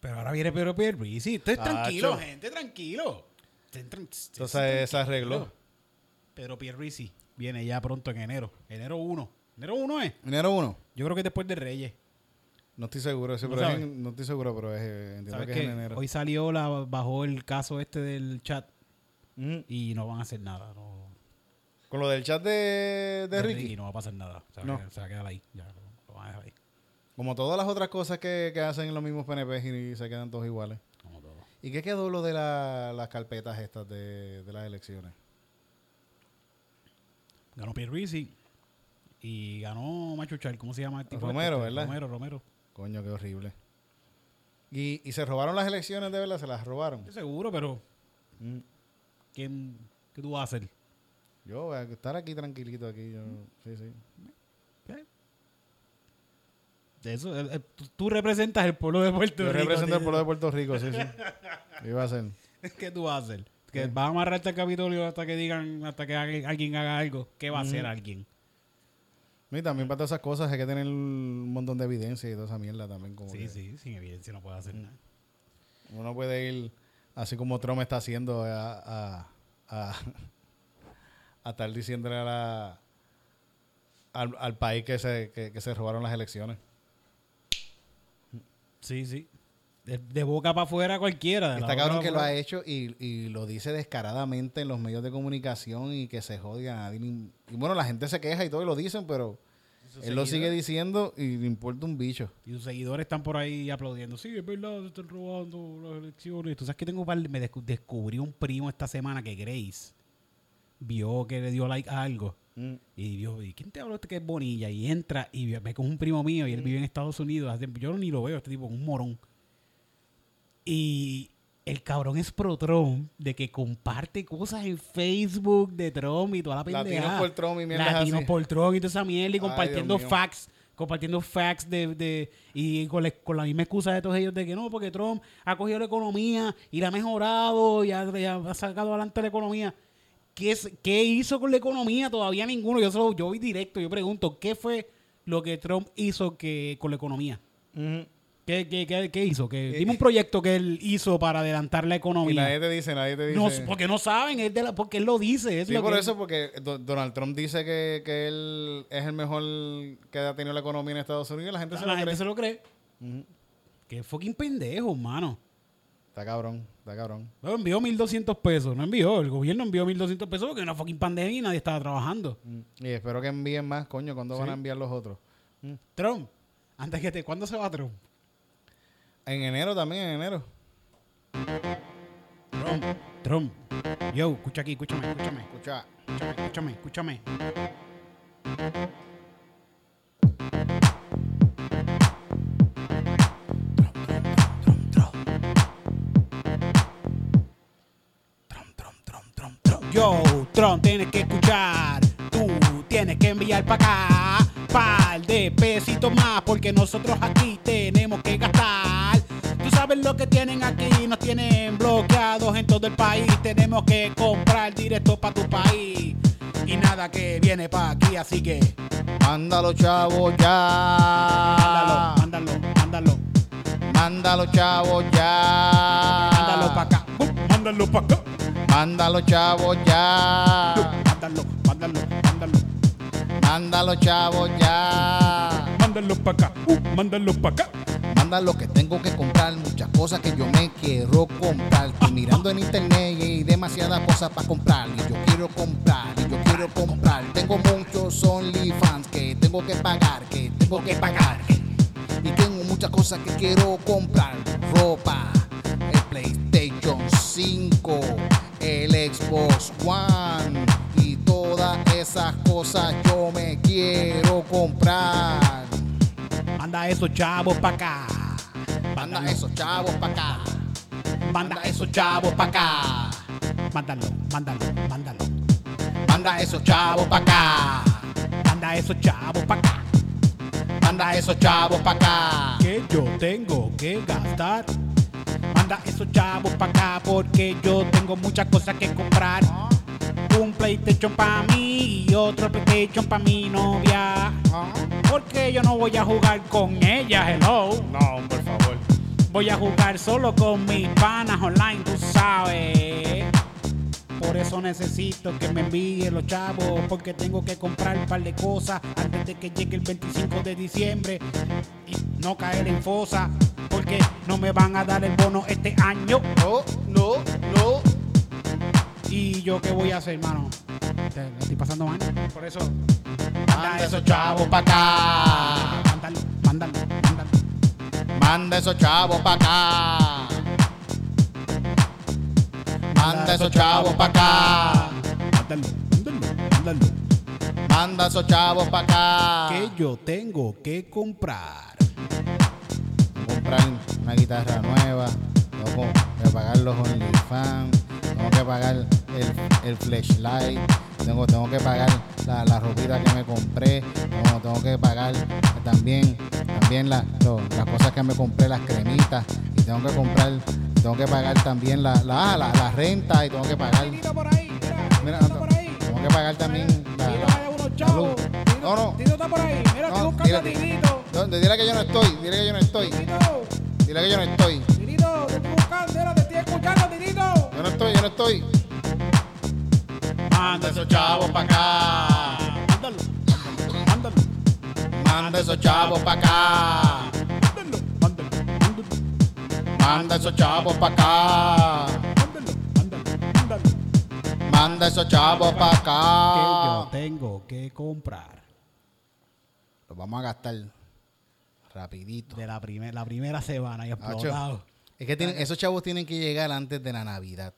[SPEAKER 1] Pero ahora viene Pedro Pierluisi. Ustedes
[SPEAKER 2] Tacho.
[SPEAKER 1] tranquilos, gente, tranquilo. Estén tran-
[SPEAKER 2] Entonces se arregló.
[SPEAKER 1] Pedro Pierluisi viene ya pronto en enero. Enero 1. Enero 1 es.
[SPEAKER 2] Enero uno.
[SPEAKER 1] Yo creo que después de Reyes.
[SPEAKER 2] No estoy seguro, sí,
[SPEAKER 1] ¿No
[SPEAKER 2] pero es
[SPEAKER 1] sabes?
[SPEAKER 2] en- no estoy seguro, pero es, eh, entiendo
[SPEAKER 1] ¿Sabes
[SPEAKER 2] que
[SPEAKER 1] qué?
[SPEAKER 2] es en enero.
[SPEAKER 1] Hoy salió la bajó el caso este del chat
[SPEAKER 2] Mm.
[SPEAKER 1] y no van a hacer nada. No,
[SPEAKER 2] Con lo del chat de, de
[SPEAKER 1] de
[SPEAKER 2] Ricky,
[SPEAKER 1] no va a pasar nada. Se va,
[SPEAKER 2] No.
[SPEAKER 1] a, quedar- se va a quedar ahí. Ya, lo, lo van a dejar ahí.
[SPEAKER 2] como todas las otras cosas que, que hacen los mismos PNP y se quedan todos iguales.
[SPEAKER 1] Como todo.
[SPEAKER 2] ¿Y qué quedó lo de la- las carpetas estas de, de las elecciones?
[SPEAKER 1] Ganó Pierluisi y ganó Machuchal. ¿Cómo se llama el tipo?
[SPEAKER 2] Romero,
[SPEAKER 1] este?
[SPEAKER 2] ¿verdad?
[SPEAKER 1] Romero, Romero.
[SPEAKER 2] Coño, qué horrible. Y, y se robaron las elecciones, de verdad, se las robaron.
[SPEAKER 1] Estoy seguro, pero
[SPEAKER 2] Mm.
[SPEAKER 1] ¿quién, ¿qué tú vas a hacer?
[SPEAKER 2] Yo voy a estar aquí tranquilito aquí. Yo, sí, sí.
[SPEAKER 1] ¿Eh? De eso, eh, eh, tú- tú representas el pueblo de Puerto
[SPEAKER 2] Yo
[SPEAKER 1] Rico.
[SPEAKER 2] represento el
[SPEAKER 1] tío.
[SPEAKER 2] pueblo de Puerto Rico, sí, sí.
[SPEAKER 1] <laughs>
[SPEAKER 2] ¿Qué iba a ser?
[SPEAKER 1] ¿Qué tú vas a hacer?
[SPEAKER 2] Mm.
[SPEAKER 1] Que vas a amarrarte al Capitolio hasta que digan, hasta que alguien haga algo. ¿Qué va a hacer alguien?
[SPEAKER 2] No, Y también para todas esas cosas hay que tener un montón de evidencia y toda esa mierda también. Como
[SPEAKER 1] Sí,
[SPEAKER 2] que
[SPEAKER 1] sí, sin evidencia no puedo hacer nada.
[SPEAKER 2] Uno puede ir, así como Trump está haciendo, a, a, a, a estar diciéndole a la- al, al país que se, que, que se robaron las elecciones.
[SPEAKER 1] Sí, sí. De, de boca para afuera cualquiera. de la
[SPEAKER 2] Está
[SPEAKER 1] boca
[SPEAKER 2] cabrón
[SPEAKER 1] pa'
[SPEAKER 2] que lo ha
[SPEAKER 1] afuera.
[SPEAKER 2] hecho y, y lo dice descaradamente en los medios de comunicación y que se jodigan. a nadie le im- Y bueno, la gente se queja y todo y lo dicen, pero
[SPEAKER 1] sus
[SPEAKER 2] él lo sigue
[SPEAKER 1] seguidores.
[SPEAKER 2] diciendo y le importa un bicho.
[SPEAKER 1] Y sus seguidores están por ahí aplaudiendo. Sí, es verdad, se están robando las elecciones. Tú sabes que tengo un par- me descu- descubrí un primo esta semana que Grace vio que le dio like a algo. Y vio, ¿y quién te habló este que es Bonilla? Y entra y vio- ve con un primo mío y él vive en Estados Unidos. hace- Yo ni lo veo, este tipo, un morón. Y el cabrón es pro Trump, de que comparte cosas en Facebook de Trump y toda la
[SPEAKER 2] Latinos
[SPEAKER 1] pendejada.
[SPEAKER 2] por Trump y mierdas
[SPEAKER 1] Latinos
[SPEAKER 2] así.
[SPEAKER 1] por Trump y toda esa mierda y
[SPEAKER 2] Ay,
[SPEAKER 1] compartiendo
[SPEAKER 2] Dios mío.
[SPEAKER 1] facts. Compartiendo facts de, de- y con la, con la misma excusa de todos ellos de que no, porque Trump ha cogido la economía y la ha mejorado y ha, y ha sacado adelante la economía. ¿Qué, es- qué hizo con la economía? Todavía ninguno. Yo solo, yo voy directo, yo pregunto, ¿qué fue lo que Trump hizo que, con la economía? ¿Qué, qué, qué- qué hizo? Que,
[SPEAKER 2] Eh,
[SPEAKER 1] dime un proyecto que él hizo para adelantar la
[SPEAKER 2] Y E
[SPEAKER 1] economía.
[SPEAKER 2] nadie te dice, nadie te dice.
[SPEAKER 1] No, porque no saben, es de la- porque él lo dice. es
[SPEAKER 2] Sí,
[SPEAKER 1] lo
[SPEAKER 2] por
[SPEAKER 1] que-
[SPEAKER 2] eso, porque Do- Donald Trump dice que, que él es el mejor que ha tenido la economía en Estados Unidos y la gente se
[SPEAKER 1] Ah, la
[SPEAKER 2] lo
[SPEAKER 1] gente
[SPEAKER 2] cree.
[SPEAKER 1] se lo cree. Qué fucking pendejo, mano.
[SPEAKER 2] Está cabrón, está cabrón.
[SPEAKER 1] Bueno, envió 1.200 pesos. No envió. El gobierno envió 1.200 pesos porque era una fucking pandemia y nadie estaba trabajando.
[SPEAKER 2] Mm. Y espero que envíen más, coño, ¿cuándo van a enviar los otros?
[SPEAKER 1] Trump, antes que te... ¿Cuándo se va Trump?
[SPEAKER 2] En enero también, en enero.
[SPEAKER 1] Trump, Trump. Yo, escucha aquí, escúchame, escúchame.
[SPEAKER 2] Escucha.
[SPEAKER 1] Escúchame, escúchame, escúchame. Yo, Tron, tienes que escuchar. Tú tienes que enviar para acá. Par de pesitos más, porque nosotros aquí tenemos que gastar. Tú sabes lo que tienen aquí, nos tienen bloqueados en todo el país. Tenemos que comprar directo para tu país. Y nada que viene para aquí, así que
[SPEAKER 2] Mándalo, chavo, ya.
[SPEAKER 1] mándalo, mándalo, mándalo,
[SPEAKER 2] Mándalo, chavo, ya.
[SPEAKER 1] mándalo para acá. Uh, Mándalo para acá.
[SPEAKER 2] Mándalo, chavo, ya.
[SPEAKER 1] Mándalo, mándalo, mándalo.
[SPEAKER 2] Mándalo, chavo, ya.
[SPEAKER 1] Mándalo para acá. Uh, mándalo para acá.
[SPEAKER 2] Mándalo que tengo que comprar, muchas cosas que yo me quiero comprar. Estoy mirando en internet y hay demasiadas cosas para comprar. Y yo quiero comprar, y yo quiero comprar. Tengo muchos OnlyFans que tengo que pagar, que tengo que pagar. Y tengo muchas cosas que quiero comprar. Ropa, el PlayStation 5, el Xbox One y todas esas cosas yo me quiero comprar.
[SPEAKER 1] Manda esos chavos para acá.
[SPEAKER 2] Manda esos chavos para acá.
[SPEAKER 1] Manda esos
[SPEAKER 2] chavos
[SPEAKER 1] chavos
[SPEAKER 2] pa'
[SPEAKER 1] para
[SPEAKER 2] acá.
[SPEAKER 1] acá. Mándalo, mándalo, mándalo.
[SPEAKER 2] Manda esos chavos pa' acá.
[SPEAKER 1] Manda esos chavos para acá.
[SPEAKER 2] Manda esos chavos pa' acá.
[SPEAKER 1] Que yo tengo que gastar. Manda esos chavos para acá porque yo tengo muchas cosas que comprar.
[SPEAKER 2] Ah,
[SPEAKER 1] Un PlayStation para mí y otro PlayStation para mi novia.
[SPEAKER 2] ah,
[SPEAKER 1] Porque yo no voy a jugar con ella, hello.
[SPEAKER 2] No, por favor.
[SPEAKER 1] Voy a jugar solo con mis panas online, tú sabes. Por eso necesito que me envíen los chavos, porque tengo que comprar un par de cosas antes de que llegue el 25 de diciembre y no caer en fosa, porque no me van a dar el bono este año.
[SPEAKER 2] No, no, no.
[SPEAKER 1] ¿Y yo qué voy a hacer, hermano? Te- la estoy pasando mal. Por eso,
[SPEAKER 2] Manda esos chavos pa' acá.
[SPEAKER 1] mándalo, mándalo, mándalo.
[SPEAKER 2] Manda esos chavos pa' acá. Manda esos chavos pa' acá.
[SPEAKER 1] Mándalo, mándalo, mándalo.
[SPEAKER 2] Manda esos chavos pa' acá.
[SPEAKER 1] que yo tengo que comprar.
[SPEAKER 2] comprar una guitarra nueva, tengo que pagar los OnlyFans, tengo que pagar el, el flashlight, tengo, tengo que pagar la, la ropita que me compré, tengo, tengo que pagar también, también la- lo- las cosas que me compré, las cremitas, y tengo que comprar, tengo que pagar también la, la, ah, la- la renta y tengo que pagar.
[SPEAKER 1] Mira por ahí, mira,
[SPEAKER 2] Mira,
[SPEAKER 1] mira por ahí.
[SPEAKER 2] tengo que pagar también la,
[SPEAKER 1] Mira,
[SPEAKER 2] la-
[SPEAKER 1] unos
[SPEAKER 2] la luz.
[SPEAKER 1] chavos, mira,
[SPEAKER 2] No, no.
[SPEAKER 1] Tito está por ahí. Mira, estoy
[SPEAKER 2] No,
[SPEAKER 1] buscando
[SPEAKER 2] dile,
[SPEAKER 1] a Titito.
[SPEAKER 2] no, dile que yo no estoy, dile que yo no estoy,
[SPEAKER 1] Titito,
[SPEAKER 2] dile que yo no estoy.
[SPEAKER 1] Titito, te estoy buscando. Mira, te estoy escuchando, Titito.
[SPEAKER 2] Yo no estoy, yo no estoy.
[SPEAKER 1] Manda
[SPEAKER 2] esos chavos pa' acá.
[SPEAKER 1] Mándalo. Mándalo.
[SPEAKER 2] Manda esos chavos para acá.
[SPEAKER 1] Mándalo. Mándalo. Mándalo.
[SPEAKER 2] Manda esos chavos para acá.
[SPEAKER 1] Mándalo. Mándalo. Mándalo.
[SPEAKER 2] Manda esos chavos para
[SPEAKER 1] que yo
[SPEAKER 2] acá.
[SPEAKER 1] tengo que comprar.
[SPEAKER 2] Los vamos a gastar rapidito.
[SPEAKER 1] De la, primer- la primera semana y
[SPEAKER 2] Nacho,
[SPEAKER 1] explotado.
[SPEAKER 2] es que tienen- esos chavos tienen que llegar antes de la Navidad.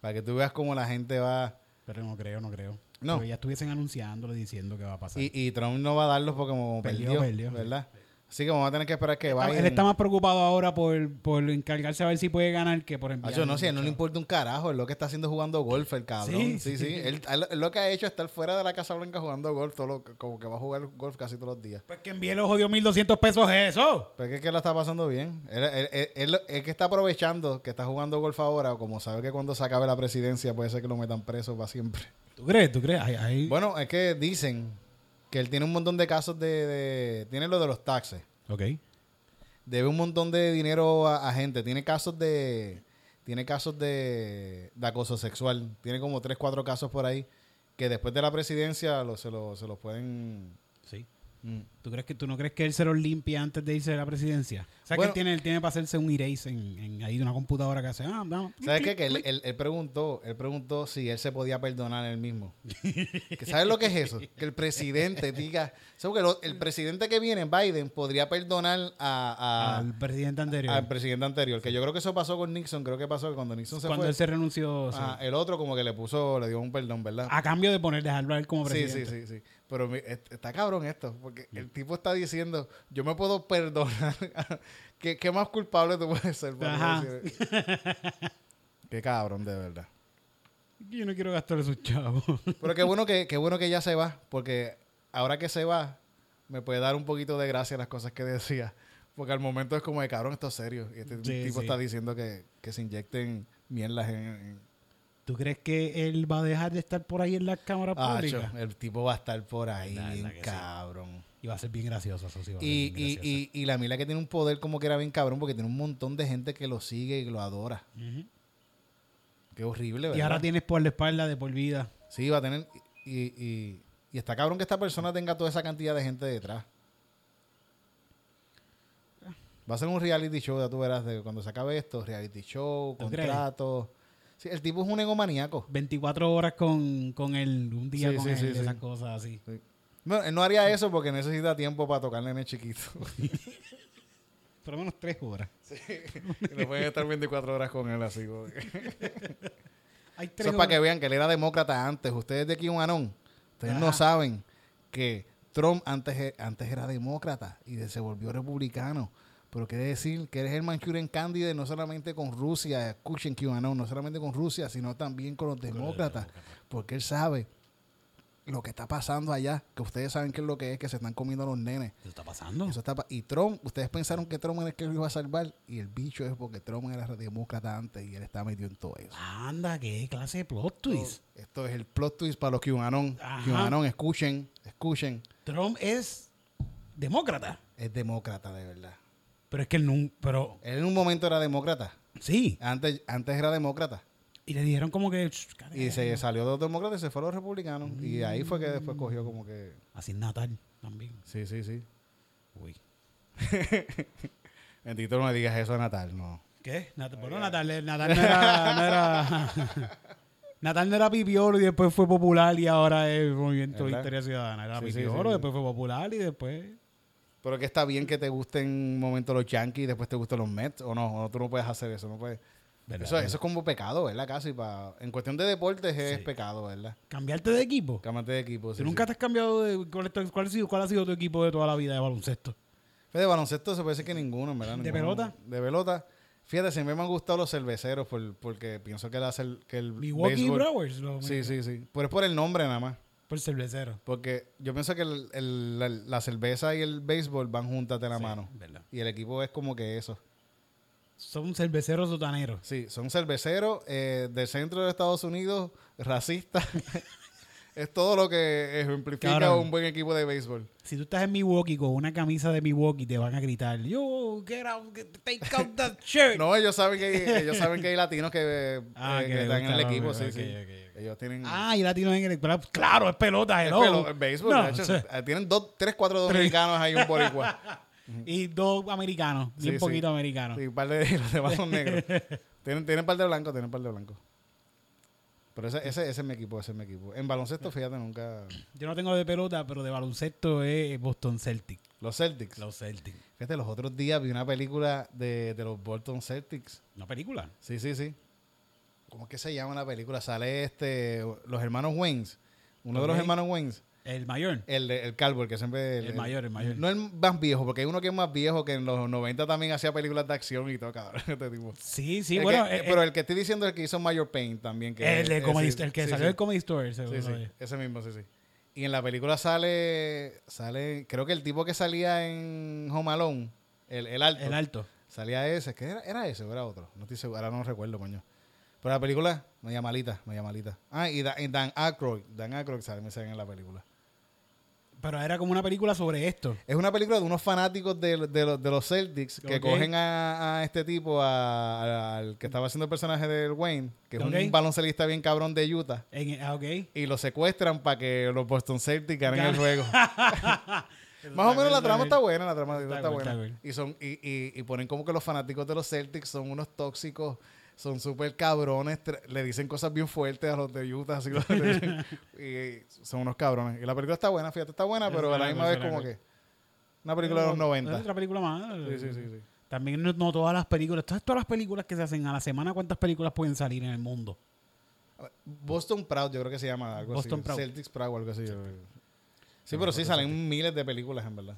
[SPEAKER 2] Para que tú veas cómo la gente va.
[SPEAKER 1] Pero no creo, no creo.
[SPEAKER 2] No.
[SPEAKER 1] Porque ya estuviesen anunciándolo diciendo que va a pasar.
[SPEAKER 2] Y, y Trump no va a darlos porque como
[SPEAKER 1] Perdió,
[SPEAKER 2] perdió,
[SPEAKER 1] perdió.
[SPEAKER 2] ¿verdad? Así que vamos a tener que esperar que
[SPEAKER 1] Ah,
[SPEAKER 2] vaya.
[SPEAKER 1] Él está más preocupado ahora por, por encargarse a ver si puede ganar que por enviar.
[SPEAKER 2] Nacho, no, si a él no le importa un carajo, es lo que está haciendo jugando golf, el cabrón.
[SPEAKER 1] Sí,
[SPEAKER 2] Sí, sí.
[SPEAKER 1] sí.
[SPEAKER 2] Él, él- él lo que ha hecho es estar fuera de la Casa Blanca jugando golf, todo lo- como que va a jugar golf casi todos los días.
[SPEAKER 1] Pues que envíe los jodidos 1200 pesos eso.
[SPEAKER 2] Pero es que él la está pasando bien. Él, él- él- él lo- es que está aprovechando que está jugando golf ahora, como sabe que cuando se acabe la presidencia puede ser que lo metan preso para siempre.
[SPEAKER 1] ¿Tú crees? ¿Tú crees? Ahí- ahí-
[SPEAKER 2] Bueno, es que dicen que él tiene un montón de casos de... de- tiene lo de los taxes.
[SPEAKER 1] Ok.
[SPEAKER 2] Debe un montón de dinero a, a gente. Tiene casos de... Tiene casos de, de acoso sexual. Tiene como tres, cuatro casos por ahí que después de la presidencia lo- se los se los pueden...
[SPEAKER 1] Sí.
[SPEAKER 2] Mm.
[SPEAKER 1] ¿Tú, crees que, ¿Tú no crees que él se los limpia antes de irse de la presidencia? O sea, que
[SPEAKER 2] Bueno.
[SPEAKER 1] él tiene, él tiene para hacerse un erase en, en ahí de una computadora que hace. Ah, vamos.
[SPEAKER 2] ¿Sabes qué? Que él, él- él preguntó, él preguntó si él se podía perdonar
[SPEAKER 1] <laughs>
[SPEAKER 2] él mismo. Que, ¿Sabes lo que es eso? Que el presidente diga, ¿sabes? Que lo- el presidente que viene, Biden, podría perdonar a- a-
[SPEAKER 1] Al presidente anterior.
[SPEAKER 2] Ah, al presidente anterior. Que yo creo que eso pasó con Nixon, creo que pasó que cuando Nixon se
[SPEAKER 1] cuando
[SPEAKER 2] fue. Ah,
[SPEAKER 1] él se renunció. sí.
[SPEAKER 2] ajá, el otro como que le puso, le dio un perdón, ¿verdad?
[SPEAKER 1] A cambio de poner, dejarlo a él como
[SPEAKER 2] Sí,
[SPEAKER 1] presidente.
[SPEAKER 2] sí, sí, sí. Pero mi- est- está cabrón esto, porque el tipo está diciendo, yo me puedo perdonar. <laughs> ¿Qué, qué más culpable tú puedes ser? por no
[SPEAKER 1] Ajá. <laughs>
[SPEAKER 2] decir- qué cabrón, de verdad.
[SPEAKER 1] Yo no quiero gastar esos chavos. <laughs>
[SPEAKER 2] Pero qué bueno que, qué bueno que ya se va, porque ahora que se va, me puede dar un poquito de gracia las cosas que decía. Porque al momento es como de cabrón, esto es serio. Y este
[SPEAKER 1] Sí,
[SPEAKER 2] tipo
[SPEAKER 1] sí.
[SPEAKER 2] está diciendo que, que se inyecten mierdas en. en-
[SPEAKER 1] ¿Tú crees que él va a dejar de estar por ahí en la cámara
[SPEAKER 2] Ah,
[SPEAKER 1] pública?
[SPEAKER 2] cho, el tipo va a estar por ahí,
[SPEAKER 1] La verdad que sí.
[SPEAKER 2] cabrón.
[SPEAKER 1] Y va a ser bien gracioso, eso sí va a ser
[SPEAKER 2] Y,
[SPEAKER 1] bien
[SPEAKER 2] y,
[SPEAKER 1] gracioso.
[SPEAKER 2] y, y la mila que tiene un poder como que era bien cabrón, porque tiene un montón de gente que lo sigue y lo adora.
[SPEAKER 1] Ujú.
[SPEAKER 2] Qué horrible,
[SPEAKER 1] Y
[SPEAKER 2] ¿verdad?
[SPEAKER 1] ahora tienes por la espalda de por vida.
[SPEAKER 2] Sí, va a tener. Y, y, y está cabrón que esta persona tenga toda esa cantidad de gente detrás. Va a ser un reality show, ya tú verás, de cuando se acabe esto, reality show,
[SPEAKER 1] ¿Tú crees?
[SPEAKER 2] contratos. Sí, el tipo es un egomaníaco.
[SPEAKER 1] 24 horas con, con él, un día
[SPEAKER 2] Sí,
[SPEAKER 1] con
[SPEAKER 2] sí,
[SPEAKER 1] él,
[SPEAKER 2] sí,
[SPEAKER 1] de
[SPEAKER 2] sí.
[SPEAKER 1] esas cosas así.
[SPEAKER 2] Bueno, él no haría eso porque necesita tiempo para tocar nene chiquito.
[SPEAKER 1] Por lo menos 3 horas.
[SPEAKER 2] <laughs> Y no pueden estar 24 horas con él así. porque-
[SPEAKER 1] Hay tres
[SPEAKER 2] Eso es
[SPEAKER 1] horas.
[SPEAKER 2] para que vean que él era demócrata antes. Ustedes de aquí un anón, ustedes no
[SPEAKER 1] Ajá.
[SPEAKER 2] saben que Trump antes, e- antes era demócrata y de- se volvió republicano. Pero quiere decir que eres el Manchurian Candidate no solamente con Rusia, escuchen que anón, no solamente con Rusia, sino también con los demócratas. Porque él sabe lo que está pasando allá, que ustedes saben qué es lo que es, que se están comiendo los nenes.
[SPEAKER 1] ¿Qué está pasando?
[SPEAKER 2] Eso está pa- y Trump, ustedes pensaron que Trump era el que lo iba a salvar y el bicho es porque Trump era demócrata antes y él está metido en todo eso.
[SPEAKER 1] Anda, qué clase de plot twist.
[SPEAKER 2] Esto es el plot twist para los QAnon.
[SPEAKER 1] Ajá.
[SPEAKER 2] QAnon, escuchen, escuchen.
[SPEAKER 1] Trump es demócrata.
[SPEAKER 2] Es demócrata, de verdad.
[SPEAKER 1] Pero es que él nunca. Pero
[SPEAKER 2] Él en un momento era demócrata.
[SPEAKER 1] sí.
[SPEAKER 2] Antes, antes era demócrata.
[SPEAKER 1] Y le dijeron como que. "Shh, cara,
[SPEAKER 2] Y se salió de los demócratas y se fue a los republicanos. Y ahí fue que después cogió como que...
[SPEAKER 1] Así es Natal también.
[SPEAKER 2] Sí, sí, sí.
[SPEAKER 1] Uy.
[SPEAKER 2] Bendito no me digas eso a Natal, no.
[SPEAKER 1] ¿Qué? Nat- bueno, Natal, eh, Natal no era. no era- <laughs> Natal no era pipiolo y después fue popular y ahora es Movimiento
[SPEAKER 2] ¿Verdad?
[SPEAKER 1] Victoria Ciudadana. Era
[SPEAKER 2] Sí, sí,
[SPEAKER 1] pipiolo,
[SPEAKER 2] sí.
[SPEAKER 1] después fue popular y después.
[SPEAKER 2] Pero que está bien que te gusten un momento los Yankees y después te gusten los Mets. O no, o tú no puedes hacer eso. No puedes.
[SPEAKER 1] ¿Verdad?
[SPEAKER 2] Eso, eso es como pecado, ¿verdad? Casi para... En cuestión de deportes es
[SPEAKER 1] Sí.
[SPEAKER 2] pecado, ¿verdad?
[SPEAKER 1] Cambiarte de equipo.
[SPEAKER 2] Cámate de equipo.
[SPEAKER 1] Tú
[SPEAKER 2] sí,
[SPEAKER 1] nunca
[SPEAKER 2] sí.
[SPEAKER 1] te has cambiado de. ¿cuál, es tu- cuál ha sido, ¿Cuál ha sido tu equipo de toda la vida de baloncesto?
[SPEAKER 2] Fue de baloncesto se puede decir que ninguno, en ¿verdad?
[SPEAKER 1] ¿De
[SPEAKER 2] Ninguno.
[SPEAKER 1] pelota?
[SPEAKER 2] De pelota. Fíjate, siempre me han gustado los cerveceros por- porque pienso que, la cel- que el
[SPEAKER 1] Milwaukee
[SPEAKER 2] béisbol-
[SPEAKER 1] Brewers. Lo,
[SPEAKER 2] Sí, sí, sí. Pero es por el nombre nada más.
[SPEAKER 1] Por cervecero.
[SPEAKER 2] Porque yo pienso que el- el- la, la cerveza y el béisbol van juntas de la
[SPEAKER 1] Sí,
[SPEAKER 2] mano.
[SPEAKER 1] verdad.
[SPEAKER 2] Y el equipo es como que eso.
[SPEAKER 1] Son cerveceros sotaneros.
[SPEAKER 2] Sí, son cerveceros eh, del centro de Estados Unidos, racistas <laughs> Es todo lo que ejemplifica
[SPEAKER 1] Cabrón.
[SPEAKER 2] un buen equipo de béisbol.
[SPEAKER 1] Si tú estás en Milwaukee con una camisa de Milwaukee, te van a gritar, yo, get out, get- take out that shirt.
[SPEAKER 2] <laughs> No, ellos saben que hay, ellos saben que hay latinos que, eh,
[SPEAKER 1] Ah,
[SPEAKER 2] eh,
[SPEAKER 1] que
[SPEAKER 2] que
[SPEAKER 1] les
[SPEAKER 2] están en
[SPEAKER 1] gusta
[SPEAKER 2] el
[SPEAKER 1] la-
[SPEAKER 2] equipo, sí,
[SPEAKER 1] ok,
[SPEAKER 2] sí.
[SPEAKER 1] ok,
[SPEAKER 2] Ellos tienen
[SPEAKER 1] Ah, y latinos en el... Claro, es pelota,
[SPEAKER 2] es
[SPEAKER 1] hello.
[SPEAKER 2] pelo- es béisbol,
[SPEAKER 1] No,
[SPEAKER 2] macho.
[SPEAKER 1] sí.
[SPEAKER 2] Eh, tienen dos, tres, cuatro dominicanos ahí
[SPEAKER 1] <laughs>
[SPEAKER 2] un boricua.
[SPEAKER 1] Y dos americanos,
[SPEAKER 2] Sí,
[SPEAKER 1] bien
[SPEAKER 2] sí.
[SPEAKER 1] poquito americanos.
[SPEAKER 2] Sí, un par de <laughs> los demás
[SPEAKER 1] <laughs>
[SPEAKER 2] son negros. tienen, tienen par de blancos, tienen par de blancos. Pero ese, ese, ese es mi equipo, ese es mi equipo. En baloncesto, fíjate, nunca.
[SPEAKER 1] Yo no tengo de pelota, pero de baloncesto es Boston Celtic.
[SPEAKER 2] Los Celtics.
[SPEAKER 1] Los Celtics.
[SPEAKER 2] Fíjate, los otros días vi una película de, de los Bolton Celtics.
[SPEAKER 1] Una película.
[SPEAKER 2] Sí, sí, sí. ¿Cómo es que se llama la película? Sale este, los hermanos Waynes. Uno de los
[SPEAKER 1] Ok.
[SPEAKER 2] hermanos Waynes.
[SPEAKER 1] El mayor.
[SPEAKER 2] El, de- el calvo, el que siempre...
[SPEAKER 1] El mayor, el mayor.
[SPEAKER 2] No el más viejo, porque hay uno que es más viejo que en los 90 también hacía películas de acción y todo, cabrón. <laughs> Este tipo.
[SPEAKER 1] Sí, sí,
[SPEAKER 2] El
[SPEAKER 1] bueno.
[SPEAKER 2] que-
[SPEAKER 1] eh,
[SPEAKER 2] pero el que estoy diciendo es el que hizo Mayor Pain también. Que,
[SPEAKER 1] el, de
[SPEAKER 2] eh,
[SPEAKER 1] Comedy
[SPEAKER 2] sí,
[SPEAKER 1] Store, el que
[SPEAKER 2] sí,
[SPEAKER 1] salió
[SPEAKER 2] sí.
[SPEAKER 1] del Comedy Store, seguro.
[SPEAKER 2] Sí, sí, ese mismo, sí, sí. Y en la película sale, sale, creo que el tipo que salía en Home Alone, el, el alto,
[SPEAKER 1] El alto.
[SPEAKER 2] salía ese, que era, era ese o era otro, no estoy seguro, ahora no recuerdo, coño. Pero la película, media malita, media malita. Ah, y, Da- y Dan Aykroyd, Dan Aykroyd sale, me sale en la película.
[SPEAKER 1] Pero era como una película sobre esto.
[SPEAKER 2] Es una película de unos fanáticos de, de los- de los Celtics que
[SPEAKER 1] Ok.
[SPEAKER 2] cogen a, a este tipo, a- a- al que estaba haciendo el personaje del Wayne, que es
[SPEAKER 1] Ok.
[SPEAKER 2] un baloncelista bien cabrón de Utah.
[SPEAKER 1] En, ah, ok.
[SPEAKER 2] y lo secuestran para que los Boston Celtics ganen
[SPEAKER 1] Ganen. <laughs>
[SPEAKER 2] el juego. <laughs> Más o menos la trama está buena, la trama
[SPEAKER 1] Está
[SPEAKER 2] está,
[SPEAKER 1] cool,
[SPEAKER 2] buena.
[SPEAKER 1] está cool.
[SPEAKER 2] Y, son, y, y- y ponen como que los fanáticos de los Celtics son unos tóxicos, son súper cabrones, tr- le dicen cosas bien fuertes a los de Utah, así, los
[SPEAKER 1] <laughs>
[SPEAKER 2] de- y son unos cabrones. Y la película está buena, fíjate, está buena,
[SPEAKER 1] Es
[SPEAKER 2] pero a
[SPEAKER 1] buena,
[SPEAKER 2] la misma
[SPEAKER 1] es
[SPEAKER 2] vez
[SPEAKER 1] buena,
[SPEAKER 2] como
[SPEAKER 1] es
[SPEAKER 2] que una película de los
[SPEAKER 1] Es
[SPEAKER 2] 90.
[SPEAKER 1] Otra película más.
[SPEAKER 2] Sí, sí, sí, sí.
[SPEAKER 1] También no, no todas las películas, todas, todas las películas que se hacen a la semana, ¿cuántas películas pueden salir en el mundo?
[SPEAKER 2] Boston Proud, yo creo que se llama algo
[SPEAKER 1] Boston
[SPEAKER 2] así.
[SPEAKER 1] Proud.
[SPEAKER 2] Celtics Proud, algo así. yo creo. Sí, pero sí salen miles de películas, en verdad.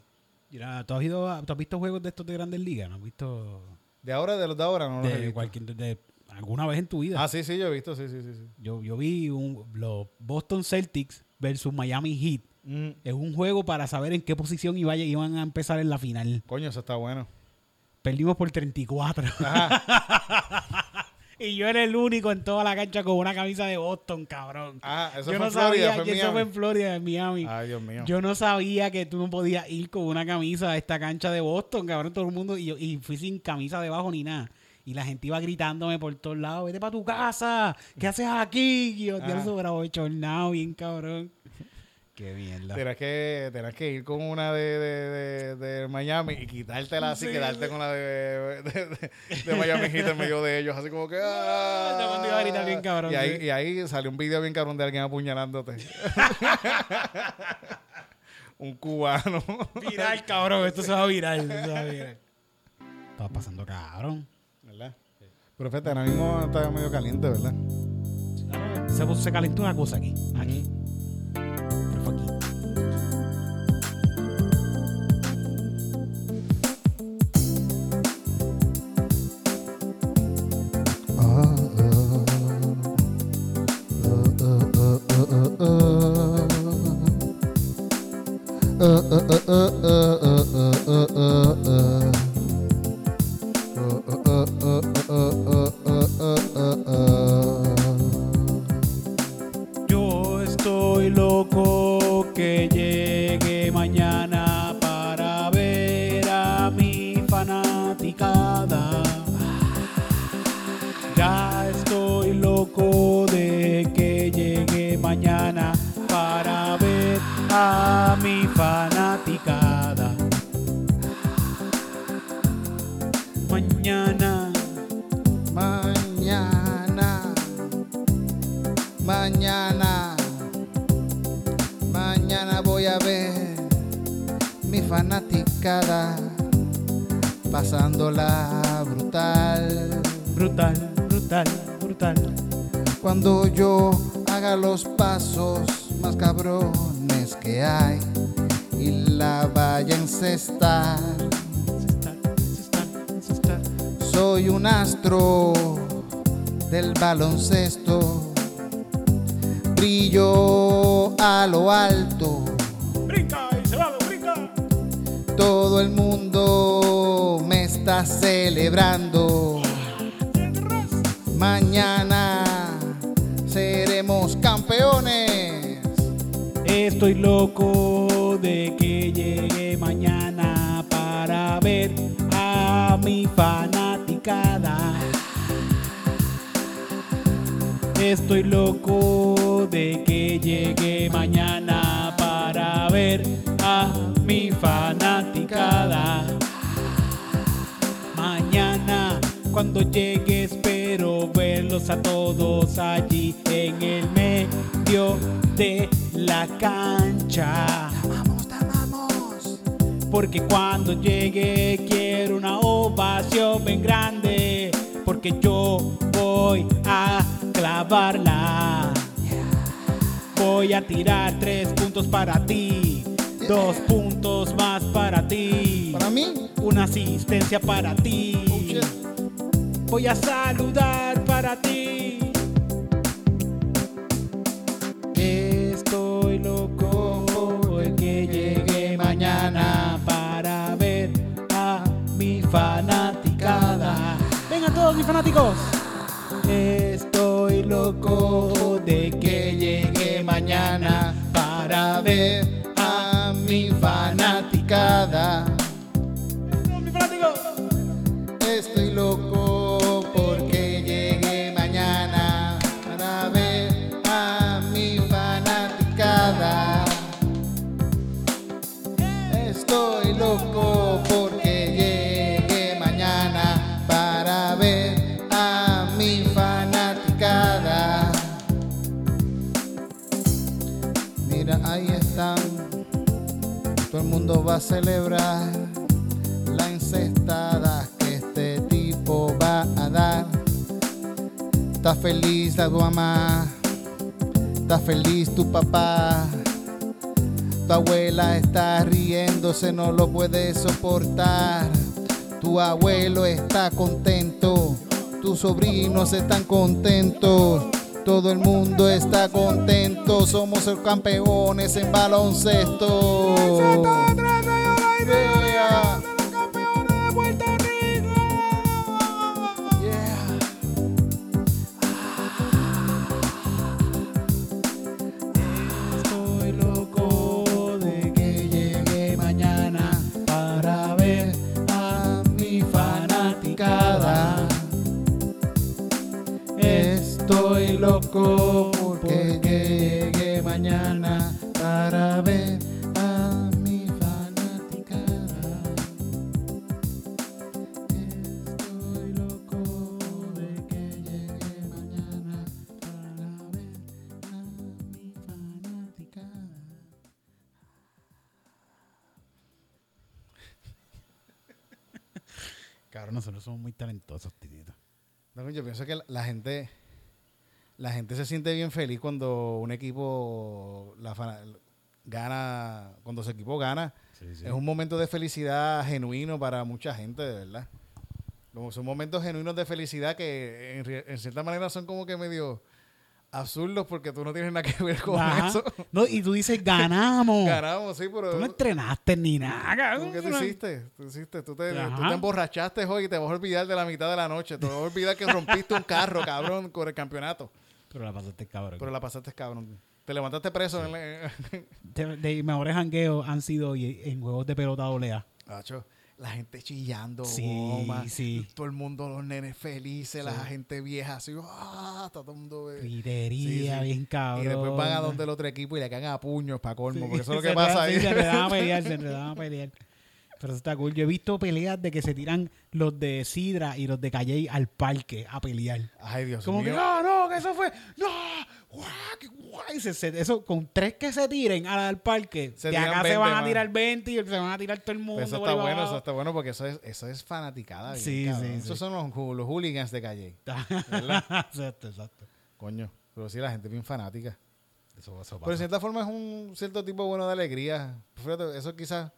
[SPEAKER 1] Mira, ¿tú has, ido a- tú has visto juegos de estos de grandes ligas? ¿No has visto
[SPEAKER 2] De ahora, de los de ahora, no los he
[SPEAKER 1] de
[SPEAKER 2] visto.
[SPEAKER 1] cualquier, de alguna vez en tu vida?
[SPEAKER 2] Ah, sí, sí, yo he visto, sí, sí, sí. sí.
[SPEAKER 1] Yo, yo vi un, los Boston Celtics versus Miami Heat. Es un juego para saber en qué posición iba, iban a empezar en la final.
[SPEAKER 2] Coño, eso está bueno.
[SPEAKER 1] Perdimos por 34. <laughs> y yo era el único en toda la cancha con una camisa de Boston, cabrón.
[SPEAKER 2] Ah, eso
[SPEAKER 1] yo
[SPEAKER 2] fue
[SPEAKER 1] no
[SPEAKER 2] en Florida,
[SPEAKER 1] sabía,
[SPEAKER 2] fue en
[SPEAKER 1] y eso fue en
[SPEAKER 2] Miami. Ah,
[SPEAKER 1] Florida, en Miami.
[SPEAKER 2] Ay, Dios mío.
[SPEAKER 1] Yo no sabía que tú no podías ir con una camisa a esta cancha de Boston, cabrón, todo el mundo. Y, yo, y fui sin camisa debajo ni nada. Y la gente iba gritándome por todos lados, vete para tu casa, ¿qué haces aquí? Y yo,
[SPEAKER 2] Ah.
[SPEAKER 1] Dios, súper abochornado, bien cabrón. <laughs> Qué mierda.
[SPEAKER 2] Tendrás que, tendrás que ir con una de, de, de, de Miami y quitártela así,
[SPEAKER 1] Sí,
[SPEAKER 2] quedarte
[SPEAKER 1] sí.
[SPEAKER 2] con la de, de, de- de Miami Heat en medio de ellos, así
[SPEAKER 1] <laughs>
[SPEAKER 2] como que.
[SPEAKER 1] Ah, todo el mundo iba a gritar bien cabrón,
[SPEAKER 2] Y ahí,
[SPEAKER 1] sí.
[SPEAKER 2] y ahí salió un video bien cabrón de alguien
[SPEAKER 1] <laughs>
[SPEAKER 2] apuñalándote. <laughs> un cubano.
[SPEAKER 1] Viral, cabrón, esto se va a viral. esto se va a viral. Estaba pasando cabrón.
[SPEAKER 2] ¿Verdad? Pero fíjate, ahora mismo está medio caliente, ¿verdad?
[SPEAKER 1] Se, puso- se calentó una cosa aquí. Aquí. Pero fue aquí. Yo estoy loco que llegue mañana para ver a mi fanaticada. Ya estoy loco de que llegue mañana para ver a mi fanaticada. Mañana,
[SPEAKER 3] Mañana, mañana, mañana voy a ver mi fanaticada pasándola brutal.
[SPEAKER 1] brutal, brutal, brutal.
[SPEAKER 3] Cuando yo haga los pasos más cabrones que hay y la vaya a encestar, soy un astro del baloncesto, brillo a lo alto,
[SPEAKER 1] Brinca y se va, brinca.
[SPEAKER 3] todo el mundo me está celebrando. Mañana seremos campeones.
[SPEAKER 1] Estoy loco de que llegue mañana para ver a mi fanaticada. Estoy loco de que llegue mañana para ver a mi fanaticada. Mañana cuando llegue espero verlos a todos allí en el medio de la cancha.
[SPEAKER 3] Vamos, vamos.
[SPEAKER 1] Porque cuando llegue quiero una ovación bien grande. Porque yo voy a clavarla. Voy a tirar tres puntos para ti. Dos puntos más para ti.
[SPEAKER 3] Para mí,
[SPEAKER 1] Una asistencia para ti.
[SPEAKER 3] Oh, shit.
[SPEAKER 1] Voy a saludar para ti. Estoy loco de que llegue mañana para ver a mi fanaticada. Vengan todos mis fanáticos. Estoy loco de que llegue mañana para ver a mi fanaticada.
[SPEAKER 3] fanaticada.
[SPEAKER 1] ¡Todos mis fanáticos!
[SPEAKER 3] Estoy loco porque llegue mañana para ver a mi fanaticada. Estoy loco porque llegue mañana para ver a mi fanaticada. Mira, ahí están. Todo el mundo va a celebrar la encestada que este tipo va a dar. Está feliz la tu mamá, está feliz tu papá. Tu abuela está riéndose, no lo puede soportar. Tu abuelo está contento, tus sobrinos están contentos. Todo el mundo está contento, somos los campeones en baloncesto. Yeah. Yeah.
[SPEAKER 1] Estoy loco de que llegue mañana para ver a mi fanaticada. Estoy loco porque llegue mañana para ver a mi fanaticada. Estoy loco de que llegue mañana para ver a mi fanaticada. Cabrón, nosotros somos muy talentosos, titito.
[SPEAKER 2] No, yo pienso que la, la gente la gente se siente bien feliz cuando un equipo la fana- gana, cuando su equipo gana.
[SPEAKER 1] Eh,
[SPEAKER 2] Es un momento de felicidad genuino para mucha gente, de verdad. Como son momentos genuinos de felicidad que en, re- en cierta manera son como que medio absurdos porque tú no tienes nada que ver con
[SPEAKER 1] Ajá.
[SPEAKER 2] eso.
[SPEAKER 1] No, y tú dices, ganamos.
[SPEAKER 2] Ganamos, sí, pero...
[SPEAKER 1] Tú no entrenaste ni nada, cabrón.
[SPEAKER 2] ¿Qué tú hiciste? Tú, hiciste? Tú, te,
[SPEAKER 1] Ajá.
[SPEAKER 2] tú te emborrachaste hoy y te vas a olvidar de la mitad de la noche. Te vas a olvidar que rompiste un carro, cabrón, con el campeonato.
[SPEAKER 1] Pero la pasaste, cabrón.
[SPEAKER 2] Pero la pasaste, cabrón. Te levantaste preso en la- en-
[SPEAKER 1] De, de mis mejores jangueos han sido y- en juegos de pelota doblea.
[SPEAKER 2] Acho, la gente chillando,
[SPEAKER 1] Sí,
[SPEAKER 2] goma,
[SPEAKER 1] sí.
[SPEAKER 2] todo el mundo, los nenes felices, la gente vieja así, ¡ah! Está todo el mundo... eh.
[SPEAKER 1] Pitería,
[SPEAKER 2] Sí, sí.
[SPEAKER 1] bien cabrón.
[SPEAKER 2] Y después van a donde el otro equipo y le cagan a puños para colmo,
[SPEAKER 1] <laughs>
[SPEAKER 2] porque eso es lo
[SPEAKER 1] Se
[SPEAKER 2] que
[SPEAKER 1] enredan,
[SPEAKER 2] pasa
[SPEAKER 1] sí,
[SPEAKER 2] ahí.
[SPEAKER 1] se enredaban a pelear, se enredaban a pelear. Pero eso está cool. Yo he visto peleas de que se tiran los de Sidra y los de Calle al parque a pelear.
[SPEAKER 2] <laughs> Ay, Dios
[SPEAKER 1] Como que,
[SPEAKER 2] mío.
[SPEAKER 1] no, no, que eso fue, no, guau, que guau", y se- se- eso, con tres que se tiren al, al parque,
[SPEAKER 2] Se
[SPEAKER 1] de
[SPEAKER 2] tiran
[SPEAKER 1] acá se
[SPEAKER 2] 20
[SPEAKER 1] van a
[SPEAKER 2] más.
[SPEAKER 1] tirar 20 y se van a tirar todo el mundo.
[SPEAKER 2] Pues eso
[SPEAKER 1] por ahí para
[SPEAKER 2] está bueno,
[SPEAKER 1] abajo.
[SPEAKER 2] eso está bueno porque eso es, eso es fanaticada. bien,
[SPEAKER 1] Sí,
[SPEAKER 2] cabrón.
[SPEAKER 1] sí,
[SPEAKER 2] Esos
[SPEAKER 1] sí.
[SPEAKER 2] son los, ju- los hooligans de calle.
[SPEAKER 1] <laughs> exacto, exacto.
[SPEAKER 2] Coño, pero sí, la gente es bien fanática.
[SPEAKER 1] Eso, eso
[SPEAKER 2] Pero de
[SPEAKER 1] pasa.
[SPEAKER 2] cierta forma es un cierto tipo bueno de alegría. Fíjate, eso es quizás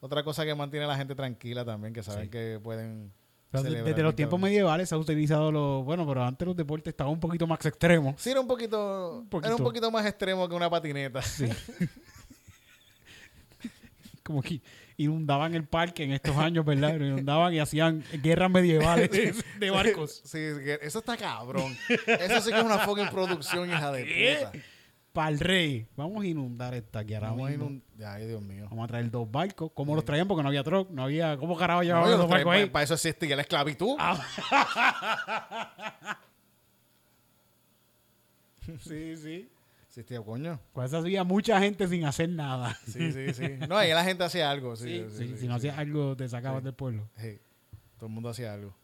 [SPEAKER 2] otra cosa que mantiene a la gente tranquila también, que saben
[SPEAKER 1] Sí.
[SPEAKER 2] que pueden.
[SPEAKER 1] Pero de-
[SPEAKER 2] celebrar
[SPEAKER 1] desde los
[SPEAKER 2] y
[SPEAKER 1] tiempos
[SPEAKER 2] todo.
[SPEAKER 1] medievales se ha utilizado los, bueno, pero antes los deportes estaban un poquito más extremos. <laughs>
[SPEAKER 2] Sí, era un poquito,
[SPEAKER 1] poquito.
[SPEAKER 2] Era un poquito más extremo que una patineta. <laughs>
[SPEAKER 1] Sí. Como que inundaban el parque en estos años, ¿verdad? Lo inundaban y hacían guerras
[SPEAKER 2] <laughs>
[SPEAKER 1] medievales de <laughs> barcos.
[SPEAKER 2] Sí, que- eso está cabrón. Eso sí que es una fucking producción, hija de puta.
[SPEAKER 1] para el rey. Vamos a inundar esta aquí ahora
[SPEAKER 2] Vamos a
[SPEAKER 1] mismo.
[SPEAKER 2] inund- Ay, Dios mío.
[SPEAKER 1] Vamos a traer dos barcos. ¿Cómo los traían? Porque no había truck, no había. ¿Cómo carajo llevaban
[SPEAKER 2] No, yo
[SPEAKER 1] los
[SPEAKER 2] los traía
[SPEAKER 1] barcos ahí?
[SPEAKER 2] para, para eso existe ya la esclavitud.
[SPEAKER 1] Ah.
[SPEAKER 2] <laughs>
[SPEAKER 1] Sí, sí.
[SPEAKER 2] Existía, coño.
[SPEAKER 1] Con Pues eso había mucha gente sin hacer nada.
[SPEAKER 2] Sí, sí, sí. No, ahí la gente hacía algo. Sí, sí,
[SPEAKER 1] Sí,
[SPEAKER 2] sí,
[SPEAKER 1] si no
[SPEAKER 2] sí.
[SPEAKER 1] hacías algo, te sacabas del
[SPEAKER 2] <laughs>
[SPEAKER 1] pueblo.
[SPEAKER 2] Sí. Todo el mundo hacía algo.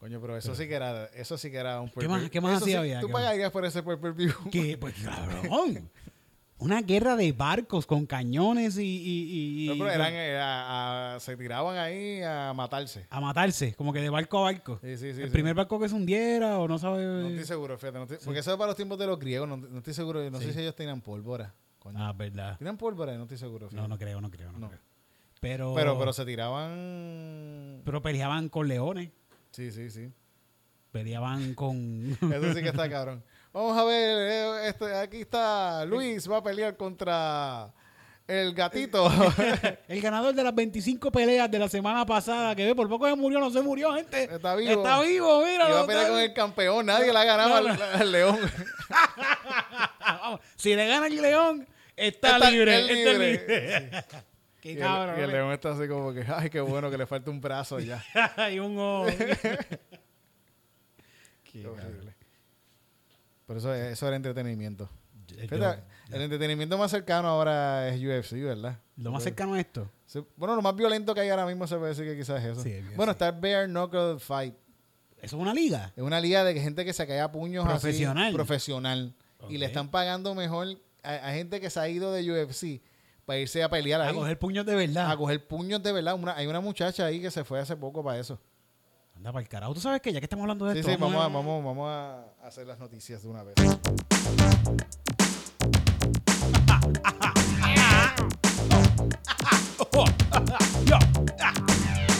[SPEAKER 2] Coño, pero eso sí que era, eso sí que era un
[SPEAKER 1] más-
[SPEAKER 2] pay-
[SPEAKER 1] qué más
[SPEAKER 2] eso
[SPEAKER 1] hacía
[SPEAKER 2] sí-
[SPEAKER 1] había?
[SPEAKER 2] Tú
[SPEAKER 1] ¿Qué más?
[SPEAKER 2] pagarías por ese per view.
[SPEAKER 1] <laughs> Que, pues, cabrón. Una guerra de barcos con cañones y. y- y-
[SPEAKER 2] No,
[SPEAKER 1] y-
[SPEAKER 2] pero eran, eh, a- a- se tiraban ahí a matarse.
[SPEAKER 1] A matarse, como que de barco a barco.
[SPEAKER 2] Sí, sí, sí.
[SPEAKER 1] el
[SPEAKER 2] sí.
[SPEAKER 1] primer barco que se hundiera o no sabe.
[SPEAKER 2] No estoy seguro, fíjate. no estoy- Porque eso es para los tiempos de los griegos. No, no estoy seguro. No sé si ellos tenían pólvora. Coño.
[SPEAKER 1] ah, verdad.
[SPEAKER 2] ¿Tenían pólvora? No estoy seguro.
[SPEAKER 1] No,
[SPEAKER 2] fíjate.
[SPEAKER 1] no creo, no creo. Oh. No,
[SPEAKER 2] No.
[SPEAKER 1] creo. Pero,
[SPEAKER 2] Pero, pero se tiraban.
[SPEAKER 1] pero peleaban con leones,
[SPEAKER 2] Sí,
[SPEAKER 1] <laughs>
[SPEAKER 2] sí, sí.
[SPEAKER 1] peleaban con. <laughs>
[SPEAKER 2] Eso sí que está cabrón. Vamos a ver, eh, este, aquí está Luis, va a pelear contra el
[SPEAKER 1] <laughs>
[SPEAKER 2] gatito.
[SPEAKER 1] El ganador de las 25 peleas de la semana pasada, que ve, por poco se murió, no se murió, gente.
[SPEAKER 2] Está vivo.
[SPEAKER 1] Está vivo,
[SPEAKER 2] <laughs> y
[SPEAKER 1] mira.
[SPEAKER 2] va a pelear con el campeón, nadie la ganaba
[SPEAKER 1] No,
[SPEAKER 2] al, al león.
[SPEAKER 1] Ah, Si le gana el león, está,
[SPEAKER 2] Está-
[SPEAKER 1] libre.
[SPEAKER 2] es
[SPEAKER 1] está
[SPEAKER 2] libre.
[SPEAKER 1] libre. <laughs> Qué
[SPEAKER 2] Y el,
[SPEAKER 1] cabrón.
[SPEAKER 2] y el
[SPEAKER 1] ¿no?
[SPEAKER 2] león está así como que, ay, qué bueno que le falta un brazo ya.
[SPEAKER 1] <laughs> y un
[SPEAKER 2] <laughs>
[SPEAKER 1] ojo. Qué
[SPEAKER 2] Qué
[SPEAKER 1] cabrón.
[SPEAKER 2] horrible. Pero eso, eso era entretenimiento.
[SPEAKER 1] Yo-
[SPEAKER 2] Fíjate, el entretenimiento más cercano ahora es UFC, ¿verdad?
[SPEAKER 1] lo más cercano a esto.
[SPEAKER 2] Se- Bueno, lo más violento que hay ahora mismo se puede decir que quizás es eso.
[SPEAKER 1] Sí, es bien
[SPEAKER 2] bueno,
[SPEAKER 1] así.
[SPEAKER 2] está el Bare Knuckle Fight.
[SPEAKER 1] Eso es una liga.
[SPEAKER 2] Es una liga de gente que se cae a puños así,
[SPEAKER 1] Profesional.
[SPEAKER 2] profesional. Y
[SPEAKER 1] Ok.
[SPEAKER 2] le están pagando mejor a, a gente que se ha ido de UFC para irse a pelear ahí.
[SPEAKER 1] A coger puños de verdad.
[SPEAKER 2] a coger puños de verdad. Una- hay una muchacha ahí que se fue hace poco para eso.
[SPEAKER 1] Anda para el carajo. Tú sabes que ya que estamos hablando de
[SPEAKER 2] Sí,
[SPEAKER 1] esto.
[SPEAKER 2] sí, vamos a, vamos, vamos a hacer las noticias de una vez.
[SPEAKER 1] Yo. ah,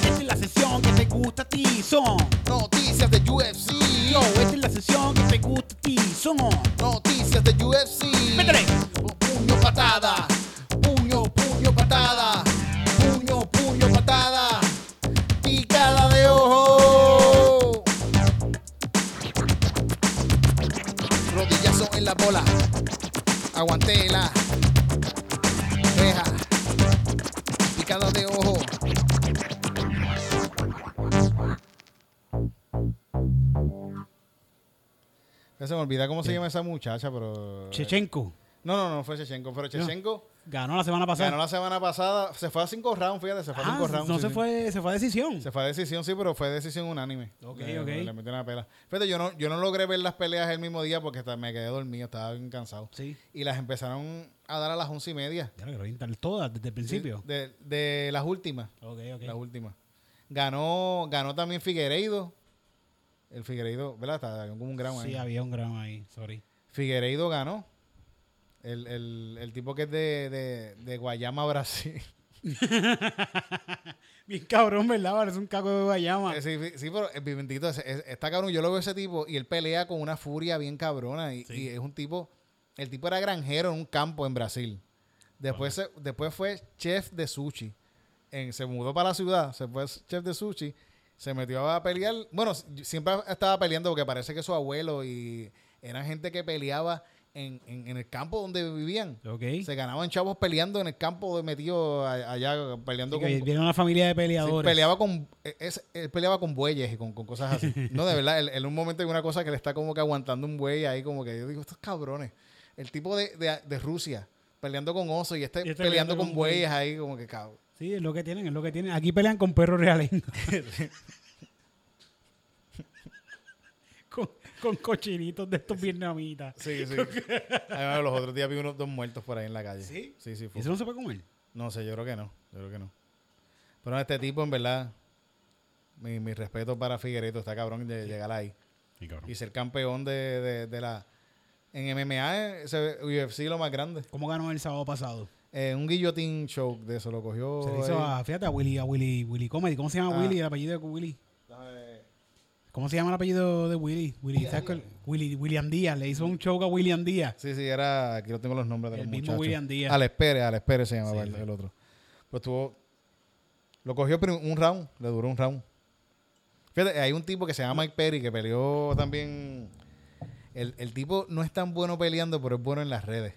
[SPEAKER 1] Esta es la sesión que te gusta a ti. Son.
[SPEAKER 4] Noticias de UFC.
[SPEAKER 1] Yo, esta es la sesión que te gusta a ti. Son.
[SPEAKER 4] Noticias de UFC.
[SPEAKER 1] Métele.
[SPEAKER 4] Puño, patada. Puño, puño, patada. Puño, puño, patada. Picada de ojo. Rodillazo en la bola. Aguantela. Reja. Picada de ojo.
[SPEAKER 2] Ya se me olvida cómo se llama esa muchacha, pero...
[SPEAKER 1] Chechenko
[SPEAKER 2] No, no, no fue Chechenko. Pero Chechenko
[SPEAKER 1] ganó la semana pasada.
[SPEAKER 2] ganó la semana pasada. Se fue a cinco rounds, fíjate. Se fue a
[SPEAKER 1] Ah,
[SPEAKER 2] cinco rounds.
[SPEAKER 1] no
[SPEAKER 2] sí,
[SPEAKER 1] se
[SPEAKER 2] sí.
[SPEAKER 1] fue, se fue a decisión.
[SPEAKER 2] Se fue a decisión, sí, pero fue decisión unánime.
[SPEAKER 1] Ok,
[SPEAKER 2] le,
[SPEAKER 1] ok.
[SPEAKER 2] Le metieron la pela. Fíjate, yo no, yo no logré ver las peleas el mismo día porque hasta me quedé dormido, estaba bien cansado.
[SPEAKER 1] Sí.
[SPEAKER 2] Y las empezaron a dar a las once y media.
[SPEAKER 1] Ya lo quiero orientar todas desde el principio.
[SPEAKER 2] De, de las últimas.
[SPEAKER 1] Ok, ok.
[SPEAKER 2] Las últimas. Ganó, ganó también Figueiredo. El Figueiredo, ¿verdad? Está como un gran
[SPEAKER 1] Sí, había un gramo ahí, sorry.
[SPEAKER 2] Figueiredo ganó. El, el, el tipo que es de, de, de Guayama, <laughs> Brasil.
[SPEAKER 1] Bien cabrón, ¿verdad? Parece un caco de Guayama.
[SPEAKER 2] Eh, Sí, sí, pero eh, bendito, ese- ese- está cabrón. Yo lo veo ese tipo y él pelea con una furia bien cabrona. Y, y es un tipo. El tipo era granjero en un campo en Brasil. Después, se- después fue chef de sushi. En- se mudó para la ciudad, se fue chef de sushi. Se metió a pelear. Bueno, s- siempre estaba peleando porque parece que su abuelo y eran gente que peleaba en, en- en el campo donde vivían.
[SPEAKER 1] Ok.
[SPEAKER 2] Se ganaban chavos peleando en el campo de metido a- allá, peleando
[SPEAKER 1] Así
[SPEAKER 2] con,
[SPEAKER 1] que viene una familia de
[SPEAKER 2] Sí,
[SPEAKER 1] peleadores.
[SPEAKER 2] peleaba con eh, es- él peleaba con bueyes y con, con cosas <laughs> así. No, de verdad, él- en un momento hay una cosa que le está como que aguantando un buey ahí, como que yo digo, estos cabrones. El tipo de, de- de Rusia peleando con osos y este,
[SPEAKER 1] Y este
[SPEAKER 2] peleando, con, bueyes
[SPEAKER 1] bueyes.
[SPEAKER 2] ahí, como que cabrón.
[SPEAKER 1] Sí, es lo que tienen, es lo que tienen. Aquí pelean con perros reales. <laughs> con, con cochinitos de estos vietnamitas.
[SPEAKER 2] Sí, <laughs> sí. Además, los otros días vi unos dos muertos por ahí en la calle.
[SPEAKER 1] ¿Sí?
[SPEAKER 2] Sí, sí. fue-
[SPEAKER 1] ¿Eso no se puede comer?
[SPEAKER 2] No sé, yo creo que no. Yo creo que no. Pero este tipo, en verdad, mi, mi respeto para Figueredo, está cabrón de llegar ahí. Y ser campeón de, de- de la. En MMA, ese UFC lo más grande.
[SPEAKER 1] ¿Cómo ganó el sábado pasado?
[SPEAKER 2] Eh, un guillotine show de eso lo cogió.
[SPEAKER 1] Se le hizo
[SPEAKER 2] ahí.
[SPEAKER 1] a, fíjate, a Willy, a Willy, Willy Comedy. ¿Cómo se llama
[SPEAKER 2] Ah.
[SPEAKER 1] Willy? El apellido de Willy.
[SPEAKER 2] Dame-
[SPEAKER 1] ¿Cómo se llama el apellido de Willy? Willy, ¿sabes cuál? Willy- William Díaz. Le hizo un show a William Díaz.
[SPEAKER 2] Sí, sí, era. Aquí no tengo los nombres de
[SPEAKER 1] El
[SPEAKER 2] los
[SPEAKER 1] mismo
[SPEAKER 2] muchachos.
[SPEAKER 1] William Díaz.
[SPEAKER 2] Alex Pérez, Alex Pérez se llamaba
[SPEAKER 1] Sí,
[SPEAKER 2] el,
[SPEAKER 1] sí.
[SPEAKER 2] el otro. Pero estuvo. Lo cogió prim- un round, le duró un
[SPEAKER 1] Mm.
[SPEAKER 2] round. Fíjate, hay un tipo que se llama Mike Perry que peleó también. El, el tipo no es tan bueno peleando, pero es bueno en las redes.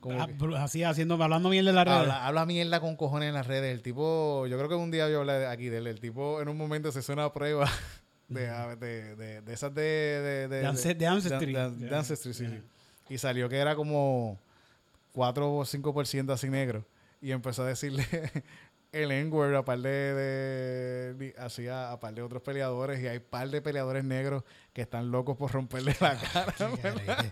[SPEAKER 2] Como
[SPEAKER 1] Ah,
[SPEAKER 2] que
[SPEAKER 1] br- Así, haciendo, hablando bien de la red.
[SPEAKER 2] habla, habla mierda con cojones en las redes. El tipo, yo creo que un día yo hablé de- aquí de él. El tipo en un momento se hizo una prueba <laughs> de, de, de- de esas de... De,
[SPEAKER 1] De ance- de Ancestry.
[SPEAKER 2] de- de- de Ancestry, sí,
[SPEAKER 1] Ajá.
[SPEAKER 2] sí. Y salió que era como 4 o 5% así negro. Y empezó a decirle el N-word a par de, de- di- así a, a par de otros peleadores. Y hay par de peleadores negros que están locos por romperle
[SPEAKER 1] <laughs>
[SPEAKER 2] la cara. ¿verdad?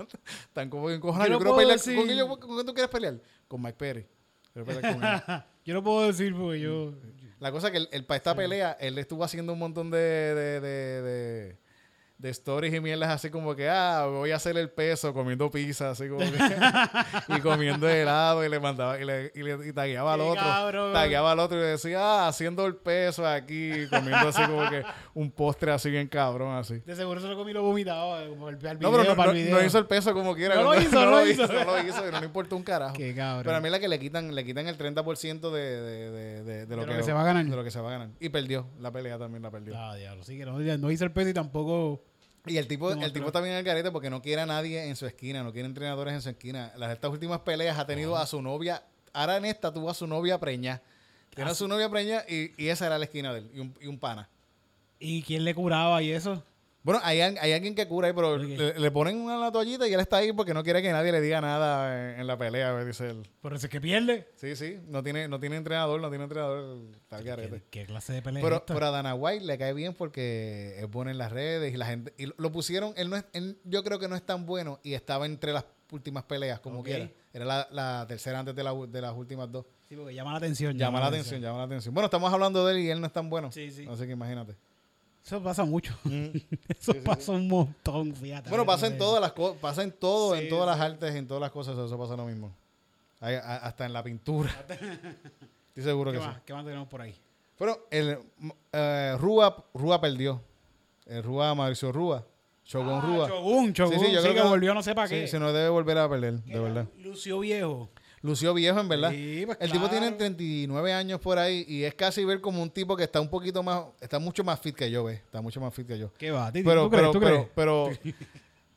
[SPEAKER 2] están como que encojonados.
[SPEAKER 1] Yo
[SPEAKER 2] Yo
[SPEAKER 1] no
[SPEAKER 2] quiero
[SPEAKER 1] puedo
[SPEAKER 2] pelear- ¿Con,
[SPEAKER 1] decir-
[SPEAKER 2] quién yo- con quién tú quieres pelear? Con Mike Perry. Quiero pelear con él.
[SPEAKER 1] Yo no puedo decir porque yo.
[SPEAKER 2] La cosa que él, él para esta pelea, él estuvo haciendo un montón de, de, de, de- de stories y mierdas así como que, ah, voy a hacer el peso comiendo pizza, así
[SPEAKER 1] <laughs>
[SPEAKER 2] como que, y comiendo helado y le mandaba, y le, y le- y tagueaba al
[SPEAKER 1] Qué
[SPEAKER 2] otro,
[SPEAKER 1] cabrón.
[SPEAKER 2] tagueaba al otro y le decía, ah, haciendo el peso aquí, comiendo así como que un postre así bien cabrón, así.
[SPEAKER 1] De seguro se lo comí y lo vomitaba. eh, como el- al
[SPEAKER 2] No,
[SPEAKER 1] video,
[SPEAKER 2] pero no,
[SPEAKER 1] para
[SPEAKER 2] no-
[SPEAKER 1] el
[SPEAKER 2] no
[SPEAKER 1] video.
[SPEAKER 2] hizo el peso como quiera.
[SPEAKER 1] No lo
[SPEAKER 2] cuando-
[SPEAKER 1] hizo, no lo hizo.
[SPEAKER 2] No lo hizo, y no le importó un carajo.
[SPEAKER 1] Qué cabrón.
[SPEAKER 2] Pero a mí la que le quitan, le quitan el 30% de, de, de, de, de lo,
[SPEAKER 1] De lo que se va a ganar.
[SPEAKER 2] De lo que se va a ganar. Y perdió. La pelea también la perdió.
[SPEAKER 1] Ah, diablo. Sí, que no, no hizo el peso y tampoco.
[SPEAKER 2] Y el tipo,
[SPEAKER 1] No,
[SPEAKER 2] el tipo
[SPEAKER 1] claro.
[SPEAKER 2] también es el garete porque no quiere a nadie en su esquina, no quiere entrenadores en su esquina. Las estas últimas peleas ha tenido a su novia. Ahora en esta tuvo a su novia preña. Tiene a su novia preña y, y esa era la esquina de él. Y un, y un pana.
[SPEAKER 1] ¿Y quién le curaba y eso?
[SPEAKER 2] Bueno, hay, al- hay alguien que cura ahí, pero
[SPEAKER 1] Ok.
[SPEAKER 2] le, le ponen una la toallita y él está ahí porque no quiere que nadie le diga nada en, en la pelea, me dice él.
[SPEAKER 1] Por eso es que pierde.
[SPEAKER 2] Sí, sí, no tiene, no tiene entrenador, no tiene entrenador, está al
[SPEAKER 1] ¿Qué,
[SPEAKER 2] garete.
[SPEAKER 1] qué clase de pelea es
[SPEAKER 2] Pero,
[SPEAKER 1] esta?
[SPEAKER 2] pero a Dana White le cae bien porque es bueno en las redes y la gente. Y lo- lo pusieron, él no es- él- yo creo que no es tan bueno y estaba entre las últimas peleas, como
[SPEAKER 1] Ok.
[SPEAKER 2] quiera. Era la, la tercera antes de, la u- de las últimas dos.
[SPEAKER 1] Sí, porque llama la atención.
[SPEAKER 2] Llama la atención, llama la atención. Bueno, estamos hablando de él y él no es tan bueno.
[SPEAKER 1] Sí, sí.
[SPEAKER 2] Así que imagínate.
[SPEAKER 1] Eso pasa mucho.
[SPEAKER 2] Mm.
[SPEAKER 1] <laughs> Eso pasa un montón, fíjate. Eh,
[SPEAKER 2] Bueno, pasa en
[SPEAKER 1] Fíjate.
[SPEAKER 2] todas las cosas, pasa en todo,
[SPEAKER 1] Sí,
[SPEAKER 2] en todas
[SPEAKER 1] sí.
[SPEAKER 2] las artes, en todas las cosas, eso, eso pasa lo mismo. Hay- a- hasta en la pintura. <laughs> Estoy seguro
[SPEAKER 1] ¿Qué
[SPEAKER 2] que sí.
[SPEAKER 1] más? ¿Qué más tenemos por ahí?
[SPEAKER 2] Pero el mm, eh, Rúa, Rúa perdió. El Rúa, Mauricio Rúa. Ah, Shogun Rúa.
[SPEAKER 1] Shogun, Shogun. Sí, que, volvió no sé para
[SPEAKER 2] sí,
[SPEAKER 1] qué.
[SPEAKER 2] se nos debe volver a perder, de verdad.
[SPEAKER 1] Lució viejo.
[SPEAKER 2] Lució viejo, en verdad.
[SPEAKER 1] Sí, pues
[SPEAKER 2] el tipo
[SPEAKER 1] claro.
[SPEAKER 2] tiene 39 años por ahí y es casi ver como un tipo que está un poquito más, está mucho más fit que yo, ve. Está mucho más fit que yo.
[SPEAKER 1] ¿Qué va? Titi?
[SPEAKER 2] Pero,
[SPEAKER 1] ¿Tú
[SPEAKER 2] pero,
[SPEAKER 1] crees? ¿Tú
[SPEAKER 2] pero,
[SPEAKER 1] crees? <laughs>
[SPEAKER 2] pero,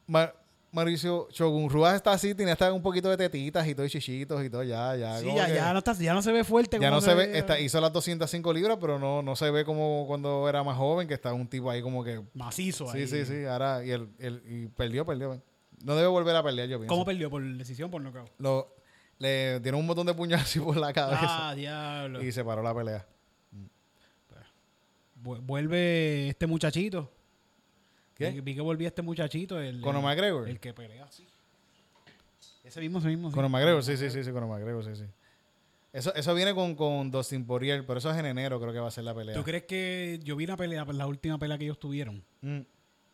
[SPEAKER 2] Ma- Mauricio Shogun Rúa está así, tiene hasta un poquito de tetitas y todo, y chichitos y todo, ya, ya.
[SPEAKER 1] Sí,
[SPEAKER 2] como
[SPEAKER 1] ya,
[SPEAKER 2] que-
[SPEAKER 1] ya, no está, ya no se ve fuerte.
[SPEAKER 2] ya
[SPEAKER 1] como
[SPEAKER 2] no se ve,
[SPEAKER 1] veía.
[SPEAKER 2] está, hizo las 205 libras, pero no, no se ve como cuando era más joven, que está un tipo ahí como que...
[SPEAKER 1] macizo
[SPEAKER 2] Sí,
[SPEAKER 1] ahí.
[SPEAKER 2] sí, sí, ahora... Y, el, el- y perdió, perdió. No debe volver a pelear, yo pienso.
[SPEAKER 1] ¿Cómo perdió? ¿Por decisión por nocaut?
[SPEAKER 2] Lo- le dieron un montón de puños <laughs> así por la cabeza
[SPEAKER 1] Ah, diablo.
[SPEAKER 2] y se paró la pelea.
[SPEAKER 1] Vu- Vuelve este muchachito. Vi,
[SPEAKER 2] ¿Qué?
[SPEAKER 1] vi que volvía este muchachito. El,
[SPEAKER 2] ¿Conor
[SPEAKER 1] el-
[SPEAKER 2] McGregor?
[SPEAKER 1] El que pelea, sí. Ese mismo, ese mismo. sí.
[SPEAKER 2] Conor McGregor, sí, sí, sí, sí, Conor McGregor, sí, sí. Eso, eso viene con, con Dustin Poirier, pero eso es en enero creo que va a ser la pelea.
[SPEAKER 1] ¿Tú crees que yo vi la pelea, la última pelea que ellos tuvieron?
[SPEAKER 2] Mm.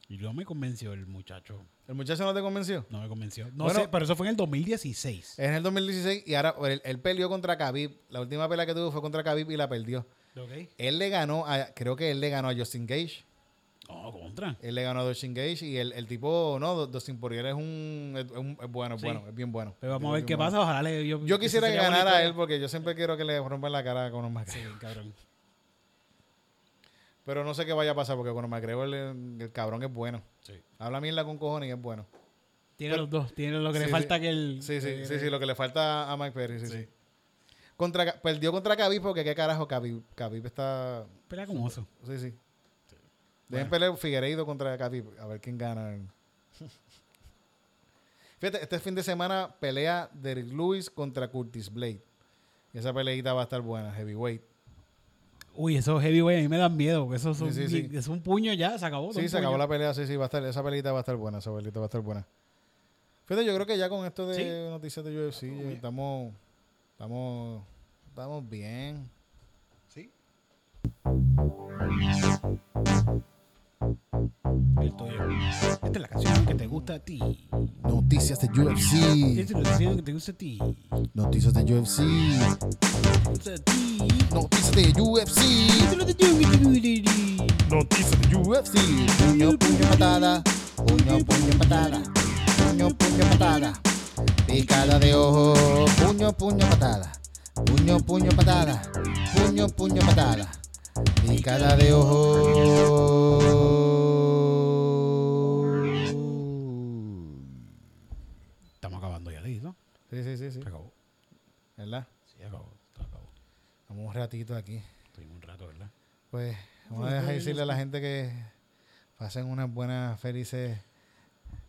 [SPEAKER 1] Y no me convenció el muchacho.
[SPEAKER 2] ¿El muchacho no te convenció?
[SPEAKER 1] No me convenció. No
[SPEAKER 2] Bueno.
[SPEAKER 1] sé, pero eso fue en el 2016.
[SPEAKER 2] Es en el 2016 y ahora él, él peleó contra Khabib. La última pelea que tuvo fue contra Khabib y la perdió.
[SPEAKER 1] ¿Ok?
[SPEAKER 2] Él le ganó, a, creo que él le ganó a Justin Gage.
[SPEAKER 1] No, contra.
[SPEAKER 2] Él le ganó a Justin Gage y el, el tipo, no, Do- Dustin Poirier es un, es, un- es bueno, es
[SPEAKER 1] Sí.
[SPEAKER 2] bueno, es bien bueno.
[SPEAKER 1] Pero vamos
[SPEAKER 2] Tipo
[SPEAKER 1] a ver
[SPEAKER 2] bien
[SPEAKER 1] qué
[SPEAKER 2] bueno.
[SPEAKER 1] pasa. Ojalá le, yo,
[SPEAKER 2] Yo quisiera
[SPEAKER 1] que
[SPEAKER 2] que ganara
[SPEAKER 1] ¿eh?
[SPEAKER 2] él porque yo siempre quiero que le rompan la cara a Conor
[SPEAKER 1] Sí,
[SPEAKER 2] <laughs> McGregor.
[SPEAKER 1] cabrón.
[SPEAKER 2] Pero no sé qué vaya a pasar porque Conor McGregor, el, el cabrón es bueno.
[SPEAKER 1] Sí.
[SPEAKER 2] Habla mierda con cojones y es bueno.
[SPEAKER 1] Tiene los dos. Tiene lo que le
[SPEAKER 2] Sí,
[SPEAKER 1] falta
[SPEAKER 2] sí.
[SPEAKER 1] que eh, el.
[SPEAKER 2] Sí, sí,
[SPEAKER 1] que-
[SPEAKER 2] sí, sí, lo que le falta a Mike Perry, sí,
[SPEAKER 1] Sí.
[SPEAKER 2] sí. Contra, perdió contra Khabib porque qué carajo, Khabib, Khabib está...
[SPEAKER 1] Pelea como oso.
[SPEAKER 2] Sí, sí. Dejen pelear Figueiredo contra Khabib, a ver quién <laughs> gana. Fíjate, este fin de semana pelea Derrick Lewis contra Curtis Blade. Y esa peleita va a estar buena, heavyweight.
[SPEAKER 1] Uy, esos heavyweight a mí me dan miedo. Porque esos son,
[SPEAKER 2] Sí, sí, sí.
[SPEAKER 1] es un puño ya, se
[SPEAKER 5] Oh,
[SPEAKER 1] acabó.
[SPEAKER 2] Sí,
[SPEAKER 1] son
[SPEAKER 2] se acabó
[SPEAKER 1] puños.
[SPEAKER 2] la pelea, sí, sí, va a estar, esa peleita va a estar buena, esa peleita va a estar buena. Fíjate, yo creo que ya con esto de
[SPEAKER 1] Sí.
[SPEAKER 2] noticias de UFC, ya estamos, estamos, estamos bien.
[SPEAKER 1] Sí. El tuyo. Esta es la canción que te gusta a ti.
[SPEAKER 5] Noticias de UFC.
[SPEAKER 1] Esta es la canción que te gusta a ti.
[SPEAKER 5] Noticias de UFC.
[SPEAKER 1] Te gusta a ti.
[SPEAKER 5] Noticias de UFC.
[SPEAKER 1] Esta es la canción que te gusta a ti.
[SPEAKER 5] Noticias de UFC. Puño, puño, patada. Puño, puño, patada. Puño, puño, patada. Picada de ojo. Puño, puño, patada. Puño, puño, patada. Puño, puño, patada. Picada de ojo.
[SPEAKER 6] ratito aquí.
[SPEAKER 1] Estuvimos un rato, ¿verdad?
[SPEAKER 6] Pues, vamos a dejar decirle a la gente que pasen unas buenas, felices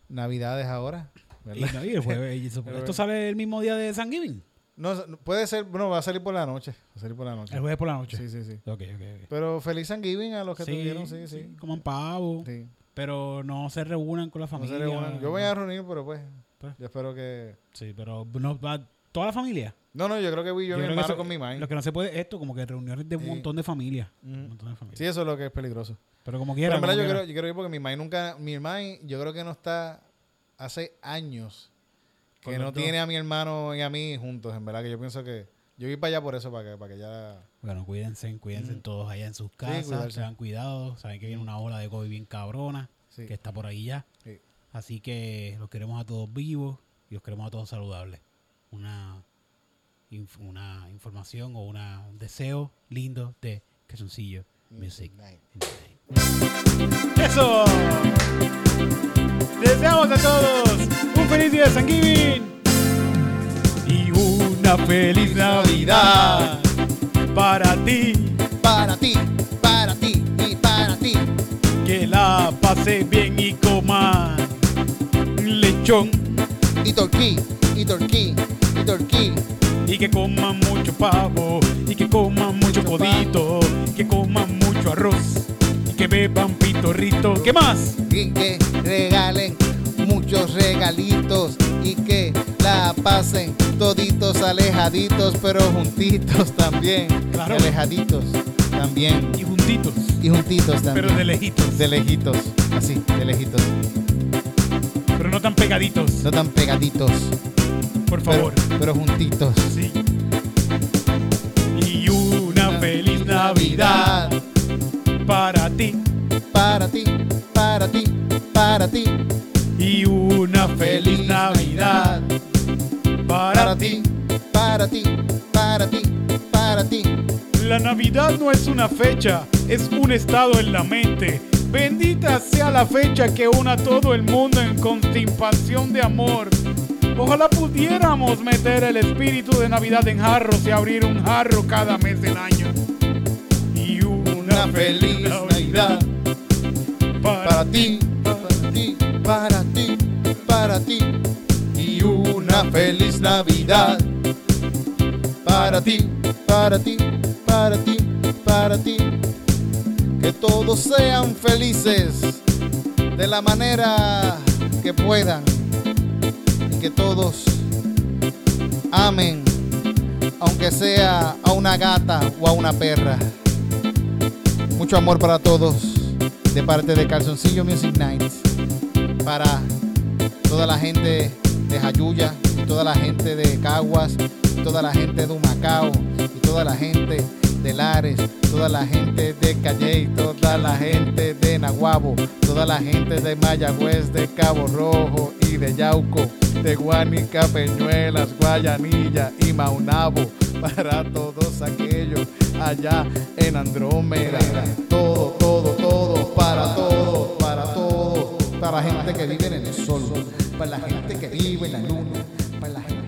[SPEAKER 6] Navidades ahora.
[SPEAKER 1] Y,
[SPEAKER 6] ¿verdad?
[SPEAKER 1] no, y el jueves, y eso- esto sale el mismo día de Thanksgiving.
[SPEAKER 6] No, puede ser, bueno, va a salir por la noche. Va a salir por la noche.
[SPEAKER 1] El jueves por la noche.
[SPEAKER 6] Sí, sí, sí.
[SPEAKER 1] Ok, ok, ok.
[SPEAKER 6] Pero feliz Thanksgiving a los que
[SPEAKER 1] Sí,
[SPEAKER 6] tuvieron, sí, sí.
[SPEAKER 1] sí, Coman pavo.
[SPEAKER 6] sí.
[SPEAKER 1] Pero no se reúnan con la
[SPEAKER 6] No se
[SPEAKER 1] familia.
[SPEAKER 6] reúnan. Yo voy a reunir, pero pues,
[SPEAKER 1] Pues.
[SPEAKER 6] yo espero que...
[SPEAKER 1] Sí, pero no va toda la familia.
[SPEAKER 6] No, no, yo creo que voy yo, y mi
[SPEAKER 1] creo que
[SPEAKER 6] hermano
[SPEAKER 1] eso-
[SPEAKER 6] con mi mamá.
[SPEAKER 1] Lo que no se puede es esto, como que reuniones de un
[SPEAKER 6] Sí.
[SPEAKER 1] montón de familias. Un
[SPEAKER 6] Mm.
[SPEAKER 1] montón de familias.
[SPEAKER 6] Sí, eso es lo que es peligroso.
[SPEAKER 1] Pero como
[SPEAKER 6] Pero
[SPEAKER 1] quiera.
[SPEAKER 6] en verdad
[SPEAKER 1] como
[SPEAKER 6] yo
[SPEAKER 1] quiera.
[SPEAKER 6] quiero, yo quiero ir porque mi mamá nunca... Mi mamá yo creo que no está... Hace años
[SPEAKER 1] Con
[SPEAKER 6] que no
[SPEAKER 1] los dos.
[SPEAKER 6] tiene a mi hermano y a mí juntos. En verdad que yo pienso que... Yo voy para allá por eso, para que, para que ya...
[SPEAKER 1] Bueno, cuídense, cuídense todos allá en sus
[SPEAKER 6] Mm. cuidarse. Mm.
[SPEAKER 1] casas. sean cuidados. Saben que viene una ola de COVID bien cabrona
[SPEAKER 6] Sí.
[SPEAKER 1] que está por ahí ya.
[SPEAKER 6] Sí.
[SPEAKER 1] Así que los queremos a todos vivos y los queremos a todos saludables. Una, inf- una información o una- un deseo lindo de Cachoncillo
[SPEAKER 6] Mm.
[SPEAKER 1] Music.
[SPEAKER 6] Night.
[SPEAKER 1] Night.
[SPEAKER 7] ¡Eso! Deseamos a todos un feliz día de San y una feliz Navidad para ti.
[SPEAKER 2] Para ti, para ti y para ti.
[SPEAKER 7] Que la pase bien y coma lechón
[SPEAKER 2] Y torquí, y torquí, y torquí.
[SPEAKER 7] y que coma mucho pavo y que coma mucho
[SPEAKER 2] Mucho
[SPEAKER 7] codito y que coma mucho arroz y que beban pitorrito. ¿Qué más?
[SPEAKER 2] Y que regalen muchos regalitos. Y que la pasen toditos alejaditos, pero juntitos también.
[SPEAKER 7] Claro.
[SPEAKER 2] Y Alejaditos también.
[SPEAKER 7] Y juntitos,
[SPEAKER 2] Y juntitos también.
[SPEAKER 7] pero de lejitos,
[SPEAKER 2] de lejitos, así, de lejitos.
[SPEAKER 7] pero no tan pegaditos,
[SPEAKER 2] No tan pegaditos, pero,
[SPEAKER 7] por favor.
[SPEAKER 2] pero juntitos.
[SPEAKER 7] Sí. Y una feliz Navidad para ti.
[SPEAKER 2] Para ti, para ti, para ti.
[SPEAKER 7] Y una feliz Navidad para ti.
[SPEAKER 2] para ti, para ti, para ti.
[SPEAKER 7] La Navidad no es una fecha, es un estado en la mente. Bendita sea la fecha que una a todo el mundo en constipación de amor. Ojalá pudiéramos meter el espíritu de Navidad en jarros y abrir un jarro cada mes del año. Y una, feliz Navidad para
[SPEAKER 2] Para ti, para ti, para ti, para ti. Y una feliz Navidad. Para ti, para ti, para ti, para ti. Que todos sean felices de la manera que puedan. Y que todos amen, aunque sea a una gata o a una perra. Mucho amor para todos de parte de Calzoncillo Music Nights. Para toda la gente de Jayuya, y toda la gente de Caguas, y toda la gente de Humacao, y toda la gente de Lares, toda la gente de Calle, y toda la gente de Nahuabo, toda la gente de Mayagüez, de Cabo Rojo y de Yauco, de Guanica, Peñuelas, Guayanilla y Maunabo, para todos aquellos allá en Andrómeda. Todo, todo, todo, para todos, para todos, para la gente que vive en el sol, para la gente que vive en la luna, para la gente